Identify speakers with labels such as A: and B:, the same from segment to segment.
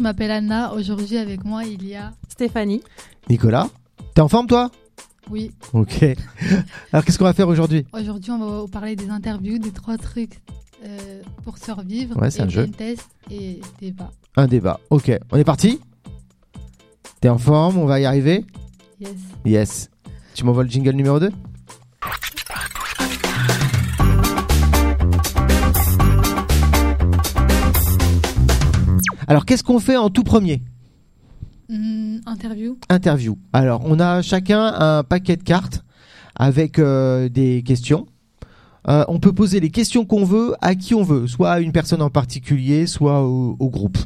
A: m'appelle Anna. Aujourd'hui, avec moi, il y a.
B: Stéphanie.
C: Nicolas, t'es en forme toi
A: Oui,
C: Ok. Alors qu'est-ce qu'on va faire aujourd'hui
A: aujourd'hui, on va vous parler des interviews, des trois trucs euh, pour survivre.
C: Ouais, c'est
A: et
C: un jeu.
A: blind test et débat.
C: Un débat. Ok, on est parti T'es en forme On va y arriver
A: Yes.
C: Yes. Tu m'envoies le jingle numéro 2 Alors qu'est-ce qu'on fait en tout premier
A: Hmm, interview.
C: interview. Alors, on a chacun un paquet de cartes avec euh, des questions. Euh, on peut poser les questions qu'on veut à qui on veut, soit à une personne en particulier, soit au, au groupe.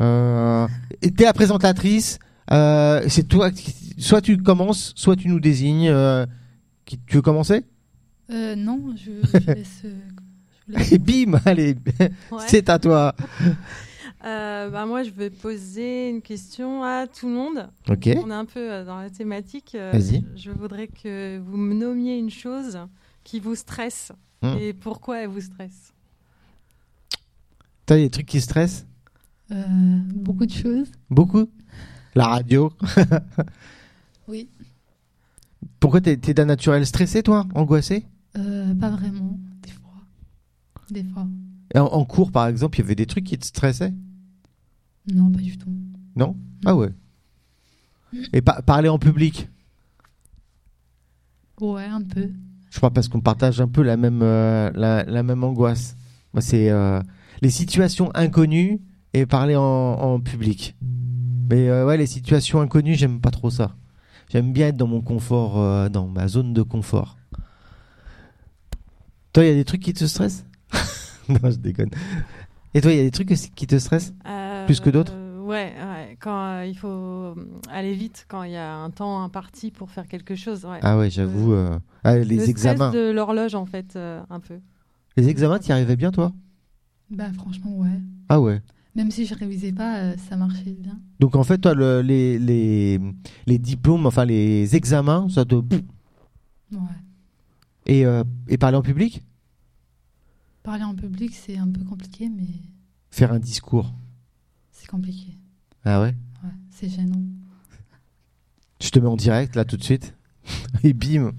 C: Euh, et T'es la présentatrice, euh, c'est toi. qui- Soit tu commences, soit tu nous désignes. euh, qui- tu veux commencer
A: Euh, non, je, je laisse. euh, je vous laisse.
C: Et bim, allez,
B: Ouais.
C: c'est à toi.
B: Euh, bah, moi, je vais poser une question à tout le monde.
C: Ok.
B: On est un peu euh, dans la thématique. euh,
C: Vas-y.
B: Je voudrais que vous me nommiez une chose qui vous stresse
C: Hmm.
B: et pourquoi elle vous stresse.
C: T'as des trucs qui stressent
A: Euh, beaucoup de choses.
C: Beaucoup La radio.
A: Oui.
C: Pourquoi t'es t'es d'un naturel stressé, toi Angoissé
A: Euh, pas vraiment. Des fois. Des fois.
C: Et En, en cours, par exemple, il y avait des trucs qui te stressaient
A: Non, pas du tout.
C: Non Ah ouais. Et pa- parler en public
A: Ouais, un peu.
C: Je crois parce qu'on partage un peu la même, euh, la, la même angoisse. Moi, c'est euh, les situations inconnues et parler en, en public. Mais euh, ouais, les situations inconnues, j'aime pas trop ça. J'aime bien être dans mon confort, euh, dans ma zone de confort. Toi, il y a des trucs qui te stressent Non, je déconne. Et toi, il y a des trucs qui te stressent
B: Euh,
C: Plus que d'autres
B: euh, ouais, ouais, quand euh, il faut euh, aller vite, quand il y a un temps imparti pour faire quelque chose. ouais.
C: Ah ouais, j'avoue. euh, ah, les
B: Le stress
C: examens.
B: de l'horloge, en fait, euh, un peu.
C: Les examens, t'y arrivais bien, toi
A: Bah, franchement, ouais.
C: Ah ouais.
A: Même si je révisais pas, euh, ça marchait bien.
C: Donc en fait, toi, le- les, les, les diplômes, enfin les examens, ça te.
A: Ouais.
C: Et, euh, et parler en public
A: Parler en public, c'est un peu compliqué, mais
C: Faire un discours.
A: c'est compliqué.
C: Ah ouais
A: Ouais, c'est gênant.
C: Je te mets en direct, là, tout de suite. et bim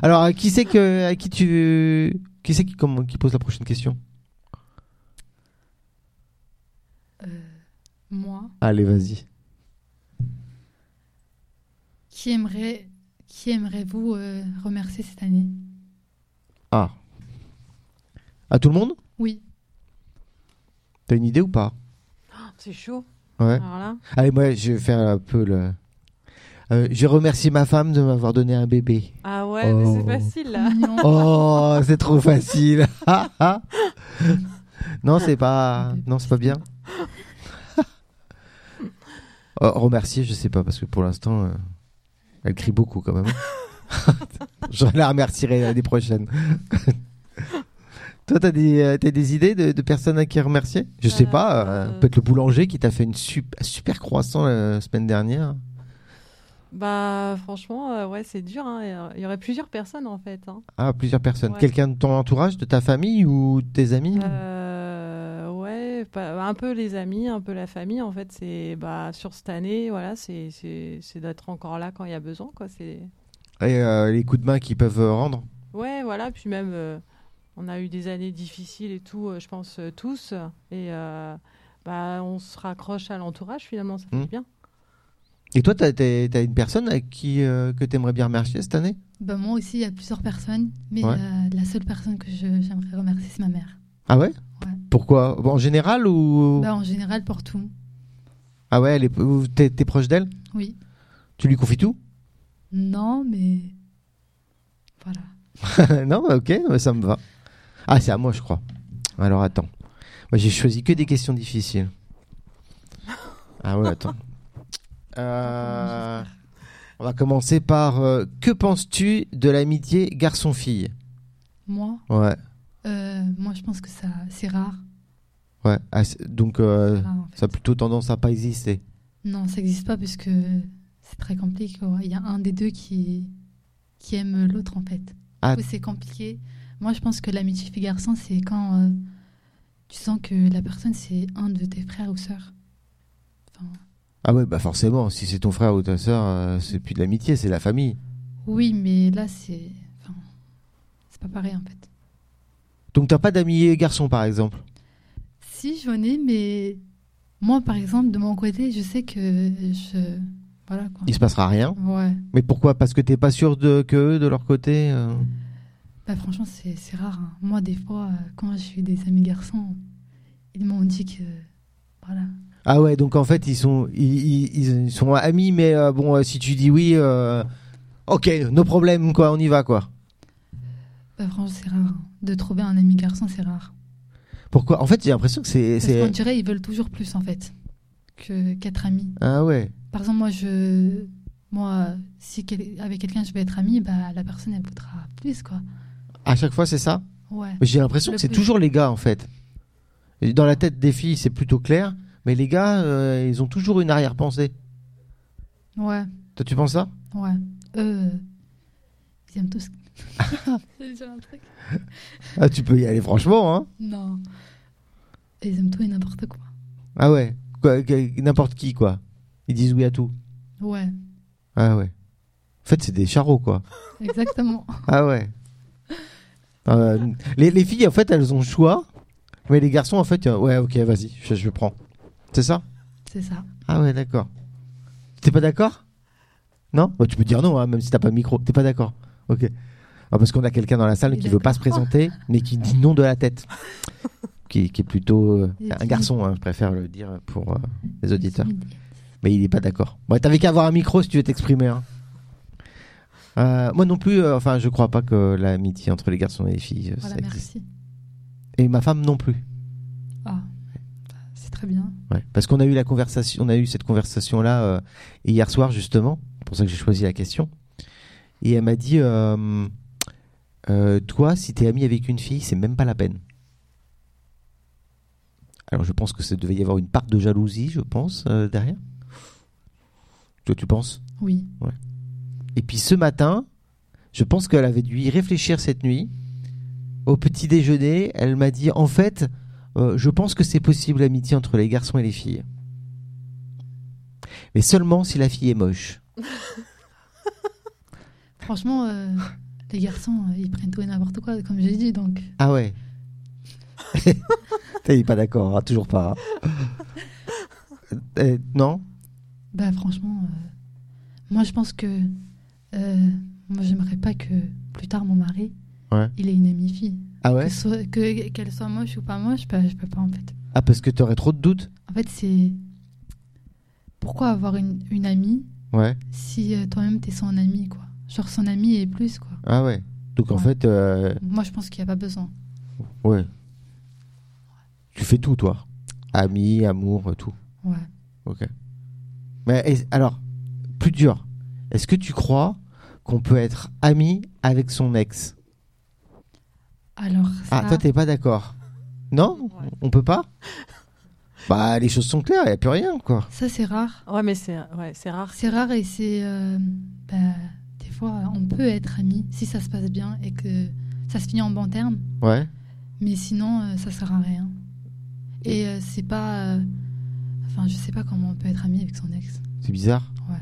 C: Alors, à qui c'est que. À qui tu. Qui c'est qui, comment- qui pose la prochaine question
A: Euh, moi,
C: Allez, vas-y.
A: qui aimerait, qui aimerez-vous euh, remercier cette année
C: Ah. À tout le monde
A: Oui,
C: T'as une idée ou pas
B: Ah, C'est chaud.
C: Ouais.
B: Alors là,
C: Allez, moi, je vais faire un peu le. Euh, je remercie ma femme de m'avoir donné un bébé.
B: ah ouais, mais
C: Oh.
B: c'est facile là.
A: mignon.
C: Oh, c'est trop facile. non, c'est pas, non, c'est pas bien. Oh, remercier, je sais pas, parce que pour l'instant, euh, elle crie beaucoup quand même. je la remercierai l'année prochaine. Toi, t'as des, euh, t'as des idées de, de personnes à qui remercier Je sais
B: Euh,
C: pas, euh,
B: euh,
C: peut-être le boulanger qui t'a fait une sup- super croissant la semaine dernière.
B: Bah franchement, euh, ouais, c'est dur. hein. Il y a- il y aurait plusieurs personnes en fait. hein.
C: Ah, plusieurs personnes.
B: Ouais.
C: Quelqu'un de ton entourage, de ta famille ou de tes amis
B: Euh, ouais, pas- un peu les amis, un peu la famille. En fait, c'est bah sur cette année, voilà, c'est c'est c'est d'être encore là quand il y a besoin, quoi. C'est
C: Et euh, les coups de main qu'ils peuvent euh, rendre
B: ouais, voilà. Puis même, euh, on a eu des années difficiles et tout. euh, je pense euh, tous. Et euh, bah on se raccroche à l'entourage finalement. Ça fait
C: Mm.
B: du bien.
C: Et toi, t'as t'as- t'as une personne à qui, euh, que t'aimerais bien remercier cette année
A: Bah, moi aussi, il y a plusieurs personnes, mais
C: Ouais.
A: euh, la seule personne que je- j'aimerais remercier, c'est ma mère.
C: Ah ouais, Pourquoi En général ou
A: Bah, en général, pour tout.
C: Ah ouais, elle est- ou t'es t'es proche d'elle
A: Oui.
C: Tu lui confies tout
A: Non, mais voilà.
C: Non, bah, ok, bah, ça me va. Ah, c'est à moi, je crois. Alors attends. Moi, j'ai choisi que des questions difficiles. Ah ouais, attends. Euh, on va commencer par euh, que penses-tu de l'amitié garçon-fille
A: Moi,
C: Ouais,
A: euh, moi, je pense que ça, c'est rare.
C: ouais. Ah, c'est- donc, euh,
A: Rare, en fait.
C: ça a plutôt tendance à pas exister.
A: Non, ça n'existe pas puisque c'est très compliqué. quoi. Il y a un des deux qui, qui aime l'autre en fait. Du
C: Ah.
A: coup, C'est compliqué. Moi, je pense que l'amitié fille-garçon, c'est quand euh, tu sens que la personne, c'est un de tes frères ou sœurs. Enfin,
C: Ah ouais, bah forcément, si c'est ton frère ou ta sœur, euh, c'est plus de l'amitié, c'est de la famille.
A: oui, mais là, c'est. Enfin, c'est pas pareil en fait.
C: Donc t'as pas d'amis garçons par exemple.
A: Si, j'en ai, mais moi, par exemple, de mon côté, je sais que je. Voilà quoi.
C: Il se passera rien.
A: Ouais.
C: Mais pourquoi Parce que t'es pas sûr de que eux, de leur côté. euh,
A: Bah, franchement, c'est c'est rare. hein. Moi, des fois, euh, quand j'ai eu des amis garçons, ils m'ont dit que. Voilà.
C: Ah ouais, donc en fait ils sont ils, ils- ils sont amis, mais euh, bon, euh, si tu dis oui, euh, ok, nos problèmes quoi, on y va quoi.
A: Bah, franchement, c'est rare. hein. De trouver un ami garçon, c'est rare.
C: Pourquoi En fait, j'ai l'impression que c'est
A: Parce qu'on
C: c'est
A: dirait ils veulent toujours plus en fait que qu'être amis.
C: ah ouais.
A: Par exemple, moi je moi si quel- avec quelqu'un je vais être amie, bah la personne elle voudra plus quoi.
C: À chaque fois, c'est ça.
A: Ouais.
C: J'ai l'impression
A: Le
C: que c'est
A: plus-
C: toujours les gars en fait. Et Dans la tête des filles, c'est plutôt clair, mais les gars, euh, ils ont toujours une arrière-pensée.
A: Ouais.
C: Toi, tu penses ça
A: Ouais. Eux ils aiment tous J'allais dire un truc.
C: Ah, tu peux y aller franchement, hein
A: Non. Ils aiment tout et n'importe quoi.
C: Ah ouais, quoi, que- n'importe qui quoi. Ils disent oui à tout.
A: Ouais,
C: Ah ouais. En fait, c'est des charros quoi.
A: exactement.
C: Ah ouais. Euh, les, les filles, en fait, elles ont le choix, mais les garçons, en fait, euh, ouais, ok, vas-y, je, je prends. C'est ça
A: C'est ça.
C: Ah ouais, d'accord. T'es pas d'accord Non Bah, Tu peux dire non, hein, même si t'as pas de micro. T'es pas d'accord Ok. Ah, parce qu'on a quelqu'un dans la salle
A: Il
C: qui
A: est
C: veut pas se
A: d'accord.
C: présenter, mais qui dit non de la tête. qui, qui est plutôt euh,
A: Il est
C: un
A: timide.
C: garçon, hein, je préfère le dire pour euh, les auditeurs. Mais il est pas d'accord. Bon, t'avais qu'à avoir un micro si tu veux t'exprimer. hein. Euh, moi non plus, euh, enfin, je crois pas que l'amitié entre les garçons et les filles euh,
A: Voilà,
C: ça existe.
A: merci.
C: Et ma femme non plus.
A: Ah. Bah, C'est très bien.
C: Ouais, parce qu'on a eu la conversation, on a eu cette conversation là hier soir justement. C'est pour ça que j'ai choisi la question. Et elle m'a dit, euh, euh, toi, si t'es ami avec une fille, c'est même pas la peine. Alors je pense que ça devait y avoir une part de jalousie, je pense, euh, derrière. Toi, tu penses
A: Oui.
C: Et puis ce matin, je pense qu'elle avait dû y réfléchir cette nuit. Au petit déjeuner, elle m'a dit en fait, euh, je pense que c'est possible l'amitié entre les garçons et les filles. Mais seulement si la fille est moche.
A: Franchement, euh, les garçons, euh, ils prennent tout et n'importe quoi, comme j'ai dit, donc
C: Ah ouais. T'es pas d'accord, hein, toujours pas. hein. Euh, non
A: Bah franchement, euh, moi je pense que euh, moi j'aimerais pas que plus tard mon mari,
C: Ouais.
A: il ait une amie fille.
C: Ah ouais
A: Que soit- Que qu'elle soit moche ou pas moche, bah, je peux pas en fait.
C: Ah parce que t'aurais trop de doutes
A: En fait c'est pourquoi avoir une, une amie
C: Ouais.
A: si euh, toi-même t'es son ami quoi. Genre son ami et plus quoi.
C: Ah ouais. Donc en
A: Ouais.
C: fait, euh,
A: Moi je pense qu'il y a pas besoin.
C: ouais. Tu fais tout toi. Ami, amour, tout.
A: Ouais.
C: Ok. Mais est- alors, plus dur. Est-ce que tu crois qu'on peut être ami avec son ex
A: Alors ça,
C: Ah, toi, t'es pas d'accord Non
B: Ouais.
C: On peut pas Bah, les choses sont claires, y a plus rien, quoi.
A: ça c'est rare.
B: Ouais, mais c'est ouais, c'est rare.
A: C'est rare et c'est euh, bah, des fois on peut être ami si ça se passe bien et que ça se finit en bon terme.
C: Ouais.
A: Mais sinon, euh, ça sert à rien. Et euh, c'est pas. euh, Enfin, je sais pas comment on peut être ami avec son ex.
C: C'est bizarre.
A: Ouais.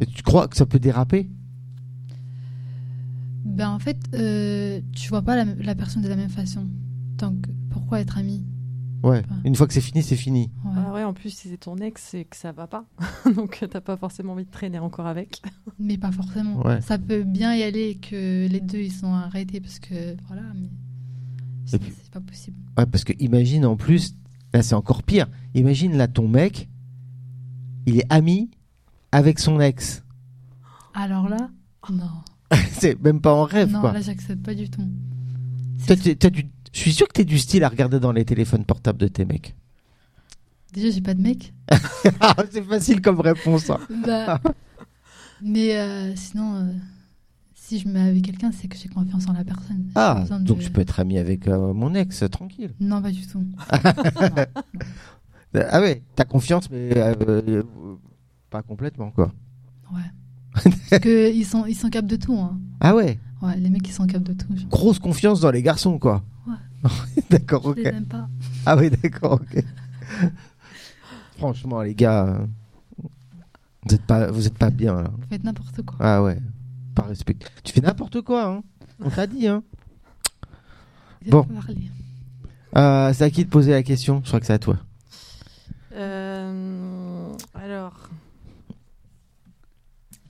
C: Et tu crois que ça peut déraper
A: Ben, en fait, euh, tu vois pas la, la personne de la même façon. Donc, pourquoi être ami
C: Ouais.
A: Pas.
C: Une fois que c'est fini, c'est fini.
A: Ouais.
B: Ah ouais, en plus, si c'est ton ex, c'est que ça va pas. Donc, t'as pas forcément envie de traîner encore avec.
A: Mais pas forcément.
C: Ouais.
A: Ça peut bien y aller que les deux ils sont arrêtés parce que. Voilà, mais.
C: Et
A: C'est
C: puis-
A: c'est pas possible.
C: Ouais, parce que imagine en plus, là c'est encore pire. Imagine là ton mec, il est ami avec son ex.
A: Alors là, non.
C: c'est même pas en rêve,
A: non,
C: quoi.
A: là, j'accepte pas du tout.
C: Toi,
A: C'est-
C: t'es- t'as du- Je suis sûr que t'es du style à regarder dans les téléphones portables de tes mecs.
A: Déjà, j'ai pas de mec.
C: Ah, c'est facile comme réponse. hein.
A: Bah, mais euh, sinon, euh, si je me mets avec quelqu'un, c'est que j'ai confiance en la personne. J'ai pas
C: Ah,
A: besoin de-
C: donc je peux être ami avec euh, mon ex, euh, tranquille.
A: Non, pas du tout.
C: Euh, Ah ouais, t'as confiance, mais euh, euh, pas complètement, quoi.
A: Ouais. Parce que ils sont, ils sont capables de tout. hein.
C: Ah ouais,
A: Ouais, les mecs, ils sont capables de tout. genre.
C: grosse confiance dans les garçons, quoi. d'accord,
A: Je
C: ok.
A: les aime pas.
C: Ah oui, d'accord, ok. Franchement, les gars, euh, vous êtes pas, vous êtes pas bien. Là.
A: Vous faites n'importe quoi.
C: Ah ouais, pas respect. Tu fais n'importe quoi. Hein. On t'a dit. Hein.
A: Vous êtes
C: Bon.
A: pas parlé.
C: Euh, c'est à qui de poser la question Je crois que c'est à toi.
B: Euh, alors,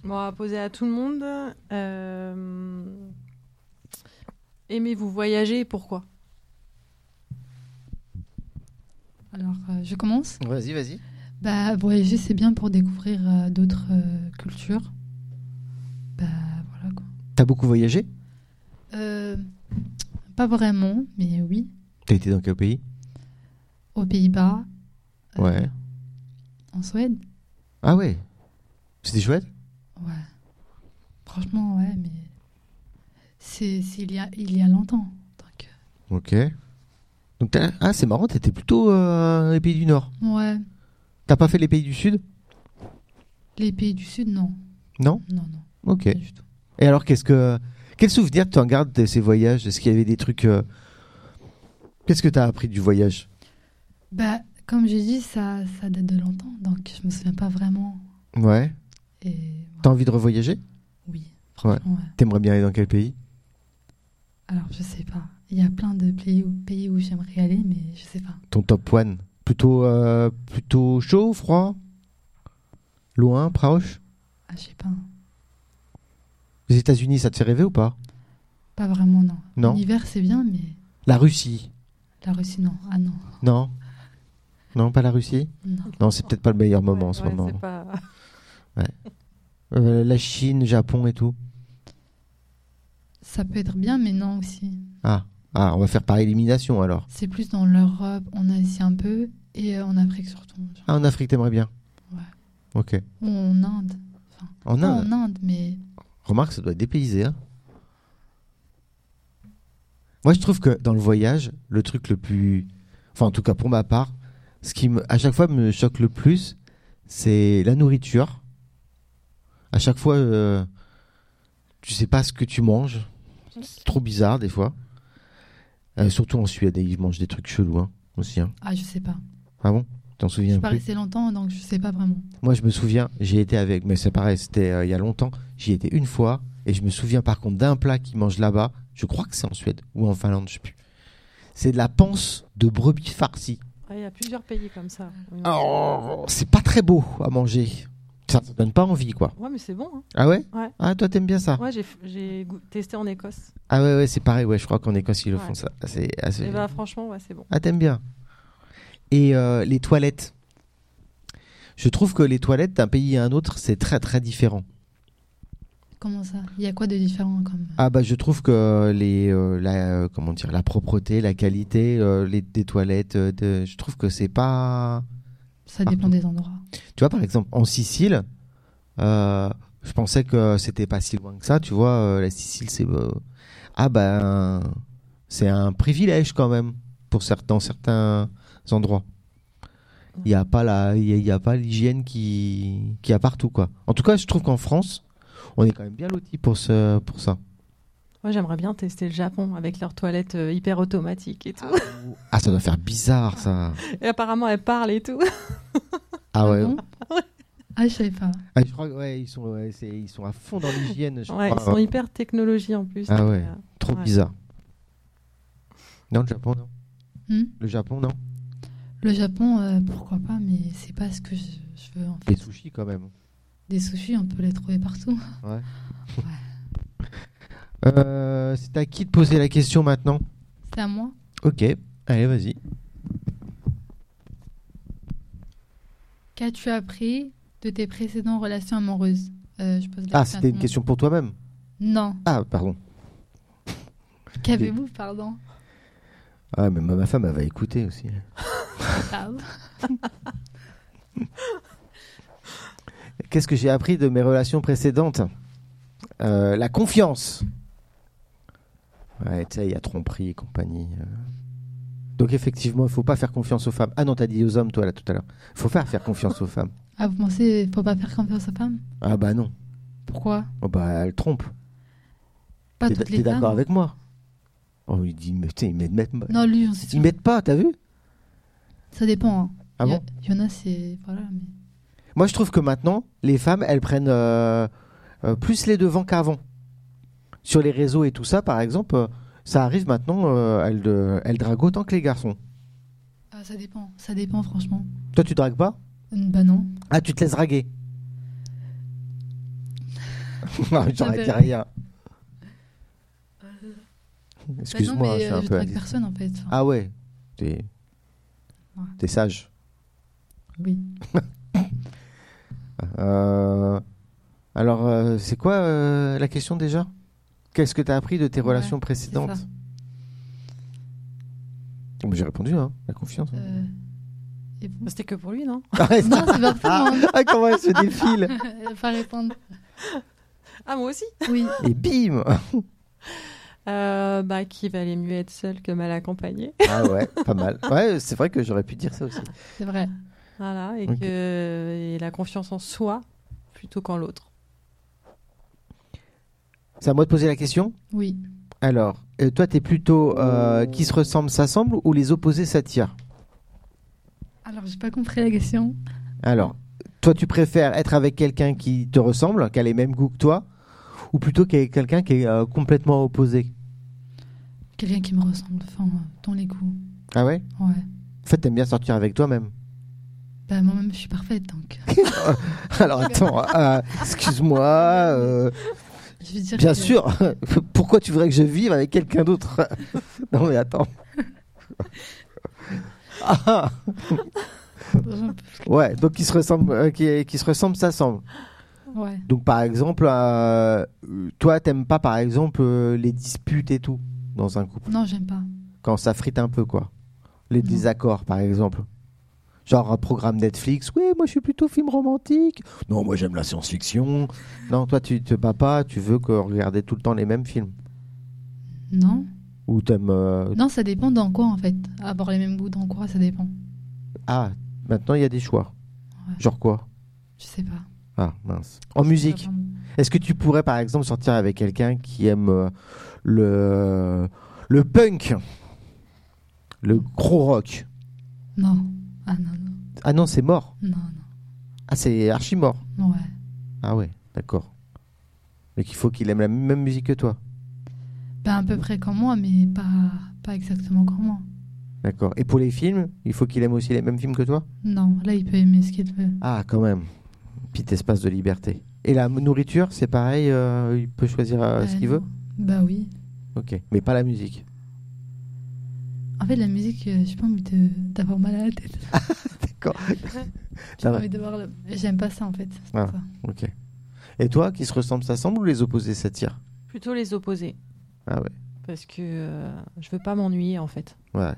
B: bon, on va poser à tout le monde. Euh, Aimez-vous voyager et pourquoi
A: Alors, euh, je commence.
C: Vas-y, vas-y.
A: Bah, voyager, c'est bien pour découvrir euh, d'autres euh, cultures. Bah, voilà quoi.
C: T'as beaucoup voyagé
A: Euh, pas vraiment, mais oui.
C: T'as été dans quel pays
A: Aux Pays-Bas. euh,
C: Ouais.
A: En Suède.
C: Ah ouais. C'était chouette.
A: Ouais. Franchement, ouais, mais. C'est c'est il, y a, il y a longtemps. Donc,
C: Ok. Donc t'as- ah c'est marrant, t'étais plutôt euh, dans les pays du Nord.
A: euh, ouais.
C: T'as pas fait les pays du Sud
A: Les pays du Sud, non.
C: Non
A: Non, non.
C: Ok.
A: Pas du tout.
C: Et alors, qu'est-ce que. Quel souvenir tu en gardes de ces voyages Est-ce qu'il y avait des trucs. euh, Qu'est-ce que tu as appris du voyage
A: Bah, comme j'ai dit, ça, ça date de longtemps, donc je me souviens pas vraiment.
C: Ouais.
A: Et
C: T'as envie de revoyager
A: oui,
C: Ouais.
A: franchement, ouais.
C: T'aimerais bien aller dans quel pays
A: Alors, je sais pas. Il y a plein de pays où, pays où j'aimerais aller, mais je sais pas.
C: Ton top one Plutôt, euh, plutôt chaud, froid Loin, proche
A: Ah, je sais pas.
C: Les États-Unis, ça te fait rêver ou pas
A: Pas vraiment, non.
C: Non.
A: L'hiver, c'est bien, mais
C: La Russie
A: la Russie, non. Ah non.
C: Non Non, pas la Russie
A: non.
C: Non, c'est peut-être pas le meilleur moment
B: Ouais,
C: en ce
B: ouais,
C: moment.
B: c'est pas-
C: Euh, la Chine, Japon et tout
A: Ça peut être bien, mais non aussi.
C: Ah, ah on va faire par élimination alors.
A: C'est plus dans l'Europe, en Asie un peu, et euh, en Afrique surtout. genre.
C: Ah, en Afrique, t'aimerais bien
A: Ouais.
C: Ok.
A: Ou en Inde.
C: En
A: Pas en
C: Inde
A: Inde, mais
C: Remarque, ça doit être dépaysé. Hein Moi, je trouve que dans le voyage, le truc le plus. Enfin, en tout cas, pour ma part, ce qui me- à chaque fois me choque le plus, c'est la nourriture. À chaque fois, euh, tu sais pas ce que tu manges. C'est trop bizarre, des fois. Euh, surtout en Suède, ils mangent des trucs chelous, hein, aussi. hein.
A: ah, je sais pas.
C: Ah bon T'en
A: Je
C: souviens
A: suis
C: plus
A: pas restée longtemps, donc je sais pas vraiment.
C: moi, je me souviens, j'ai été avec, mais c'est pareil, c'était euh, il y a longtemps. J'y étais une fois, et je me souviens par contre d'un plat qu'ils mangent là-bas. Je crois que c'est en Suède ou en Finlande, je sais plus. C'est de la panse de brebis farcie.
B: Ouais, Il y a plusieurs pays comme ça. Oui.
C: Oh, c'est pas très beau à manger. Ça te donne pas envie, quoi.
B: Ouais, mais c'est bon. hein.
C: Ah ouais,
B: Ouais.
C: Ah, toi, t'aimes bien ça
B: Ouais, j'ai- j'ai goût- testé en Écosse.
C: Ah ouais, ouais, c'est pareil. Ouais, je crois qu'en Écosse, ils le
B: Ouais.
C: font ça. Ah, C'est, ah, c'est-
B: Et bah, franchement, ouais, c'est bon.
C: Ah, t'aimes bien. Et euh, les toilettes. Je trouve que les toilettes d'un pays à un autre, c'est très très différent.
A: Comment ça Il y a quoi de différent comme
C: Ah bah je trouve que les euh, la euh, comment dire la propreté, la qualité euh, les, des toilettes, euh, de- je trouve que c'est pas.
A: euh, Ça
C: partout.
A: dépend des endroits.
C: Tu vois par exemple en Sicile, euh, je pensais que c'était pas si loin que ça. Tu vois euh, la Sicile c'est euh, ah ben c'est un privilège quand même pour certains dans certains endroits. Il n'y a pas la il y a- il y a pas l'hygiène qui qui a partout quoi. En tout cas je trouve qu'en France on est quand même bien lotis pour ce pour ça.
B: Moi, j'aimerais bien tester le Japon avec leurs toilettes euh, hyper automatiques et tout.
C: Ah ça doit faire bizarre ça.
B: Et apparemment, elles parlent et tout.
C: Ah ouais.
B: Mhm.
A: bon Ah, je savais pas.
C: Ah, je crois que ouais, ils, sont, ouais, c'est- ils sont à fond dans l'hygiène, je
B: Ouais, ils
C: crois.
B: sont hyper technologie en plus.
C: Ah ouais.
B: Euh,
C: Trop
B: ouais.
C: bizarre. Non, le Japon, non.
A: Hmm
C: Le Japon, non.
A: le Japon, euh, pourquoi pas, mais c'est pas ce que je, je veux en
C: Les
A: fait.
C: sushis, quand même.
A: Des sushis, on peut les trouver partout.
C: Ouais. Euh, c'est à qui de poser la question maintenant
A: C'est à moi
C: Ok, allez, vas-y.
A: Qu'as-tu appris de tes précédentes relations amoureuses Euh, je pose la
C: Ah,
A: à tout
C: c'était
A: le
C: une
A: monde.
C: question pour toi-même
A: Non.
C: Ah, pardon.
A: Qu'avez-vous, pardon
C: Ah, mais ma ma femme, elle va écouter aussi.
A: Pardon.
C: Qu'est-ce que j'ai appris de mes relations précédentes Euh, La confiance. Ouais, tu sais, il y a tromperie et compagnie. euh. Donc effectivement, il faut pas faire confiance aux femmes. Ah non, t'as dit aux hommes, toi, là, tout à l'heure. faut pas faire confiance aux femmes.
A: Ah, vous pensez faut pas faire confiance aux femmes
C: Ah bah non.
A: Pourquoi
C: Oh bah, elle trompe.
A: Pas
C: T'es
A: toutes
C: t'es
A: les femmes.
C: d'accord avec moi Oh, il dit, mais putain, ils m'aident même pas.
A: Non, lui, j'en suis
C: Ils
A: sûre.
C: m'aident pas, t'as vu
A: Ça dépend. hein.
C: Ah
A: Il y a-
C: bon
A: Il y en a, c'est. Voilà, mais.
C: Moi, je trouve que maintenant, les femmes, elles prennent euh, euh, plus les devants qu'avant. Sur les réseaux et tout ça, par exemple, euh, ça arrive maintenant, euh, elles, de- elles draguent autant que les garçons.
A: Ah, ça dépend, ça dépend, franchement.
C: Toi, tu dragues pas
A: Euh, Bah non.
C: Ah, tu te laisses draguer Non, j'aurais dit
A: bah-
C: rien.
A: Bah non,
C: Excuse-moi,
A: mais,
C: je suis
A: euh,
C: un
A: je
C: peu...
A: drague
C: indis-
A: personne, en fait. Enfin,
C: Ah ouais, t'es
A: Ouais.
C: t'es sage.
A: Oui.
C: Euh, Alors, euh, c'est quoi euh, la question déjà Qu'est-ce que tu as appris de tes
A: Ouais,
C: relations
A: c'est ça.
C: précédentes Mais J'ai répondu, hein, la confiance. hein.
A: Euh, et vous
B: C'était que pour lui, non
C: Arrête.
A: Non, c'est pas pour moi.
C: Ah, comment elle se défile
A: Elle va pas répondre.
B: Ah, moi aussi
A: Oui.
C: Et bim
B: Euh, Bah, qui valait mieux être seul que mal accompagné.
C: Ah ouais, pas mal. Ouais, c'est vrai que j'aurais pu dire ça aussi.
A: C'est vrai.
B: voilà, et,
C: Ok.
B: que, et la confiance en soi plutôt qu'en l'autre.
C: C'est à moi de poser la question
A: Oui.
C: Alors, euh, toi, t'es plutôt euh, qui se ressemble s'assemble ou les opposés s'attirent
A: Alors, j'ai pas compris la question.
C: Alors, toi, tu préfères être avec quelqu'un qui te ressemble, qui a les mêmes goûts que toi, ou plutôt qu'avec quelqu'un qui est euh, complètement opposé
A: Quelqu'un qui me ressemble, enfin, dans les goûts.
C: Ah ouais
A: Ouais.
C: En fait, t'aimes bien sortir avec toi-même.
A: Bah, moi-même, je suis parfaite, donc.
C: Alors attends, euh, excuse-moi. euh,
A: Je veux dire
C: bien
A: que-
C: sûr. Pourquoi tu voudrais que je vive avec quelqu'un d'autre Non mais attends. Ah, ouais, donc qui se ressemble, euh, qui, qui se ressemble, s'assemble.
A: Ouais.
C: Donc par exemple, euh, toi t'aimes pas par exemple euh, les disputes et tout dans un couple
A: Non, j'aime pas.
C: quand ça frite un peu quoi. Les
A: Non.
C: désaccords par exemple. Genre un programme Netflix, oui, moi je suis plutôt film romantique. Non, moi j'aime la science-fiction. Non, toi tu te bats pas, tu veux que regarder tout le temps les mêmes films.
A: Non.
C: Ou t'aimes. euh,
A: Non, ça dépend dans quoi, en fait. Avoir les mêmes goûts dans quoi, ça dépend.
C: Ah, maintenant il y a des choix.
A: Ouais.
C: Genre quoi
A: Je sais pas.
C: Ah, mince. En musique,
A: Pas vraiment.
C: est-ce que tu pourrais par exemple sortir avec quelqu'un qui aime euh, le. le punk Le gros rock
A: Non. Ah non, non.
C: Ah non, c'est mort.
A: Non,
C: Ah, c'est archi mort.
A: non. Ouais.
C: Ah ouais, d'accord. Mais qu'il faut qu'il aime la même musique que toi.
A: Ben, à peu près comme moi, mais pas, pas exactement comme moi.
C: D'accord. Et pour les films, il faut qu'il aime aussi les mêmes films que toi
A: Non, là, il peut aimer ce qu'il veut.
C: Ah, quand même. Petit espace de liberté. Et la m- nourriture, c'est pareil, euh, il peut choisir euh,
A: Bah,
C: ce qu'il
A: non.
C: veut
A: Bah oui.
C: Ok. Mais pas la musique.
A: En fait, la musique, euh, j'ai pas envie de- d'avoir mal à la tête.
C: D'accord.
A: J'ai
C: va.
A: pas envie d'avoir. le- J'aime pas ça, en fait. C'est pour
C: Ah.
A: ça.
C: Ok. Et toi, qui se ressemblent, s'assemblent ou les opposés s'attirent
B: Plutôt les opposés.
C: Ah ouais.
B: Parce que euh, je veux pas m'ennuyer, en fait.
C: Ouais.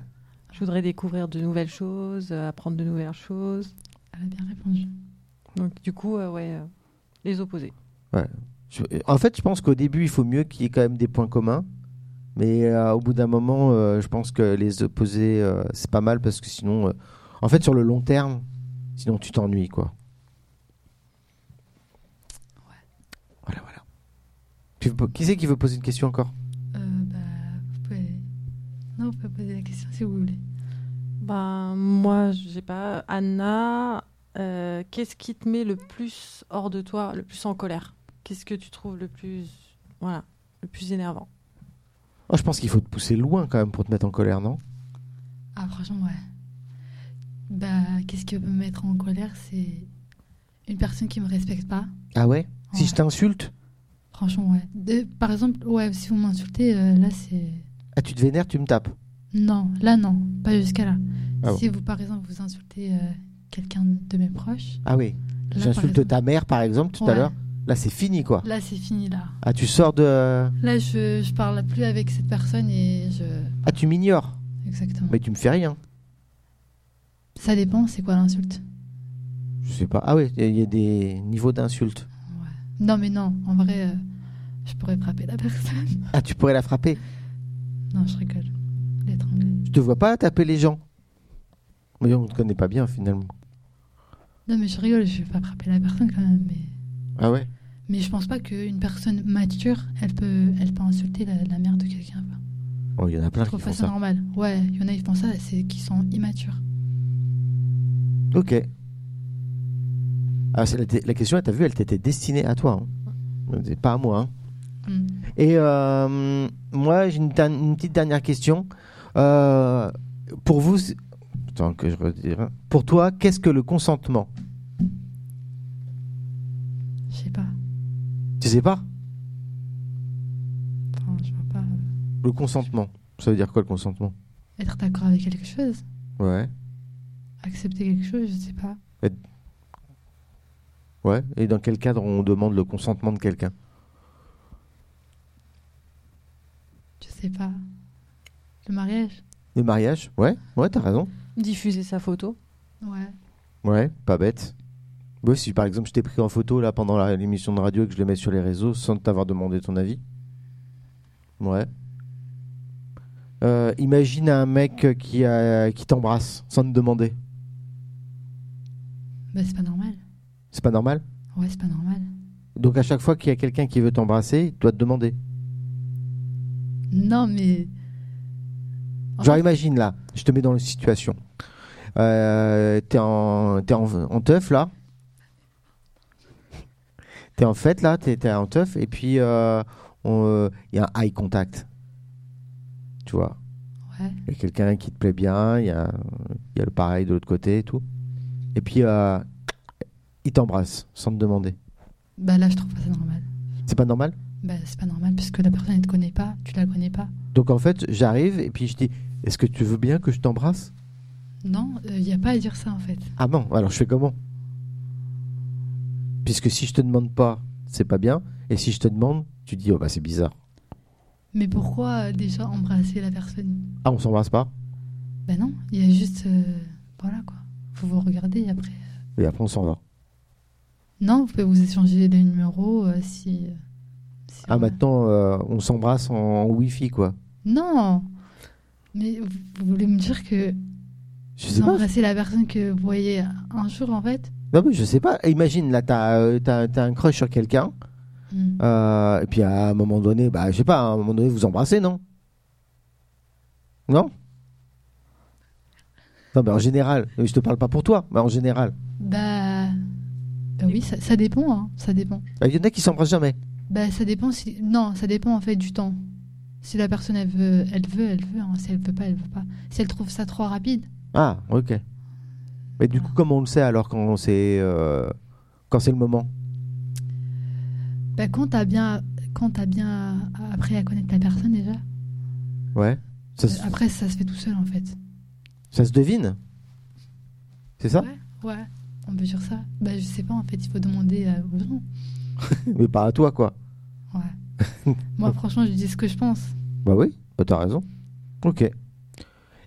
B: Je voudrais découvrir de nouvelles choses, euh, apprendre de nouvelles choses.
A: Elle a bien répondu.
B: Donc, du coup, euh, ouais, euh, les opposés.
C: Je- En fait, je pense qu'au début, il faut mieux qu'il y ait quand même des points communs. Mais euh, au bout d'un moment, euh, je pense que les opposer, euh, c'est pas mal parce que sinon, euh, en fait, sur le long terme, sinon tu t'ennuies, quoi. Voilà, voilà. Tu veux po- Qui c'est qui veut poser une question encore
A: Euh, bah, vous pouvez. Non, vous pouvez poser la question si vous voulez.
B: Ben, moi, j'ai pas. Anna, euh, qu'est-ce qui te met le plus hors de toi, le plus en colère Qu'est-ce que tu trouves le plus. Voilà, le plus énervant
C: Oh, Je pense qu'il faut te pousser loin quand même pour te mettre en colère, non
A: Ah, franchement, ouais. Bah, qu'est-ce qui peut me mettre en colère C'est une personne qui me respecte pas.
C: Ah ouais Si
A: Ouais.
C: je t'insulte,
A: Franchement, ouais. De- par exemple, ouais, si vous m'insultez, euh, là, c'est.
C: ah, tu te vénères, tu me tapes.
A: Non, là, non. Pas jusqu'à là.
C: Ah
A: si vous, par exemple, vous insultez euh, quelqu'un de mes proches.
C: Ah oui,
A: là, par
C: j'insulte
A: exemple-
C: ta mère par exemple tout à
A: Ouais.
C: l'heure. Là, c'est fini quoi.
A: Là, c'est fini, là.
C: Ah, tu sors de.
A: Là, je, je parle plus avec cette personne et je.
C: Ah, tu m'ignores.
A: Exactement.
C: Mais tu me fais rien.
A: Ça dépend, c'est quoi l'insulte
C: Je sais pas. Ah oui, il y, a des niveaux d'insultes.
A: Non, mais non, en vrai, euh, je pourrais frapper la personne.
C: Ah, tu pourrais la frapper.
A: non, je rigole. L'étrangler.
C: Je te vois pas taper les gens. Mais on te connaît pas bien finalement.
A: Non, mais je rigole, je vais pas frapper la personne quand même. Mais,
C: Ah ouais
A: mais je pense pas qu'une personne mature, elle peut, elle peut insulter la, la mère de quelqu'un. enfin.
C: Oh, il y en a plein
A: Je
C: qui
A: trouve
C: font
A: pas ça
C: ça.
A: normal. Ouais, il y en a, ils font ça, c'est qu'ils sont immatures.
C: Ok. Ah, c'est la, la question, t'as vu, elle t'était destinée à toi. hein. C'est Pas à moi. hein.
A: Mm.
C: Et euh, moi, j'ai une, ter- une petite dernière question. Euh, pour vous, c'est- Attends que je redire. hein. Pour toi, qu'est-ce que le consentement
A: Je sais pas.
C: Tu sais pas
A: Enfin, je vois pas. euh,
C: Le consentement. Ça veut dire quoi le consentement
A: Être d'accord avec quelque chose,
C: Ouais.
A: accepter quelque chose, je sais pas.
C: Ouais. Et dans quel cadre on demande le consentement de quelqu'un
A: Je sais pas. Le mariage
C: Le mariage Ouais. Ouais, t'as raison.
B: Diffuser sa photo.
A: Ouais.
C: Ouais, pas bête. Ouais, si par exemple je t'ai pris en photo là pendant la- l'émission de radio et que je le mets sur les réseaux sans t'avoir demandé ton avis. Ouais. Euh, imagine un mec qui, a- qui t'embrasse sans te demander.
A: Bah, c'est pas normal.
C: C'est pas normal
A: Ouais, c'est pas normal.
C: Donc à chaque fois qu'il y a quelqu'un qui veut t'embrasser, il doit te demander.
A: Non, mais. En
C: Genre
A: fait-
C: imagine là, je te mets dans la situation. Euh, t'es en, t'es en, en teuf là. T'es en fête là, t'es, t'es en teuf et puis euh, on, euh, il y a un eye contact. Tu vois,
A: Ouais.
C: il y a quelqu'un qui te plaît bien, il y a, il y a le pareil de l'autre côté et tout. Et puis euh, il t'embrasse sans te demander.
A: Bah, là, je trouve pas ça normal.
C: C'est pas normal
A: Bah, c'est pas normal puisque la personne, elle te connaît pas, tu la connais pas.
C: Donc en fait, j'arrive et puis je dis Est-ce que tu veux bien que je t'embrasse
A: Non, il y a pas à dire ça en fait.
C: Ah non, alors je fais comment Puisque si je te demande pas, c'est pas bien. Et si je te demande, tu dis Oh bah c'est bizarre.
A: Mais pourquoi euh, déjà embrasser la personne
C: Ah, on s'embrasse pas
A: Bah, non, il y a juste. euh, voilà quoi. Faut vous regarder et après.
C: Et après on s'en va.
A: Non, vous pouvez vous échanger des numéros euh, si. euh, si
C: Ah,
A: voilà.
C: maintenant euh, on s'embrasse en, en Wi-Fi quoi.
A: Non Mais vous, vous voulez me dire que
C: Je sais
A: vous
C: pas.
A: embrassez la personne que vous voyez un jour en fait
C: Non, mais je sais pas. Imagine là, t'as, euh, t'as- t'as un crush sur quelqu'un.
A: Hmm.
C: euh, et puis à un moment donné, bah je sais pas, à un moment donné vous embrassez, non Non Non, mais en général, je te parle pas pour toi, mais en général.
A: Bah. Bah oui, ça, ça dépend, hein, ça dépend.
C: Bah, Il y en a qui s'embrassent jamais.
A: Bah ça dépend si. Non, ça dépend en fait du temps. Si la personne elle veut, elle veut, elle veut. hein. Si elle veut pas, elle veut pas. Si elle trouve ça trop rapide,
C: Ah, ok. Mais du coup, comment on le sait alors quand c'est euh, quand c'est le moment
A: bah quand t'as bien, quand t'as bien appris à connaître la personne déjà, euh,
C: Ouais. Ça, se-
A: après ça se fait tout seul en fait.
C: ça se devine. C'est ça
A: Ouais, ouais. On peut dire ça. Bah je sais pas en fait, il faut demander euh, aux gens.
C: Mais pas à toi, quoi.
A: Ouais. Moi franchement, je dis ce que je pense.
C: Bah oui. Bah t'as raison. Ok.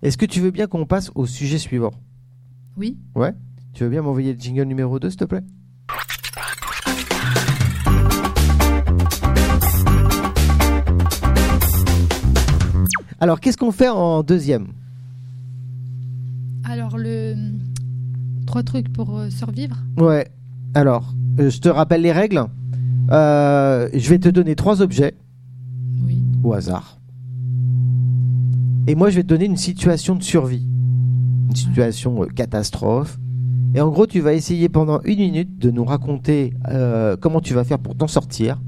C: Est-ce que tu veux bien qu'on passe au sujet suivant
A: Oui.
C: Tu veux bien m'envoyer le jingle numéro 2, s'il te plaît Alors, qu'est-ce qu'on fait en deuxième
A: Alors le trois trucs pour euh, survivre.
C: Ouais. Alors, euh, je te rappelle les règles. Euh, je vais te donner trois objets
A: Oui.
C: au hasard. Et moi, je vais te donner une situation de survie. Une situation euh, catastrophe. Et en gros, tu vas essayer pendant une minute de nous raconter euh, comment tu vas faire pour t'en sortir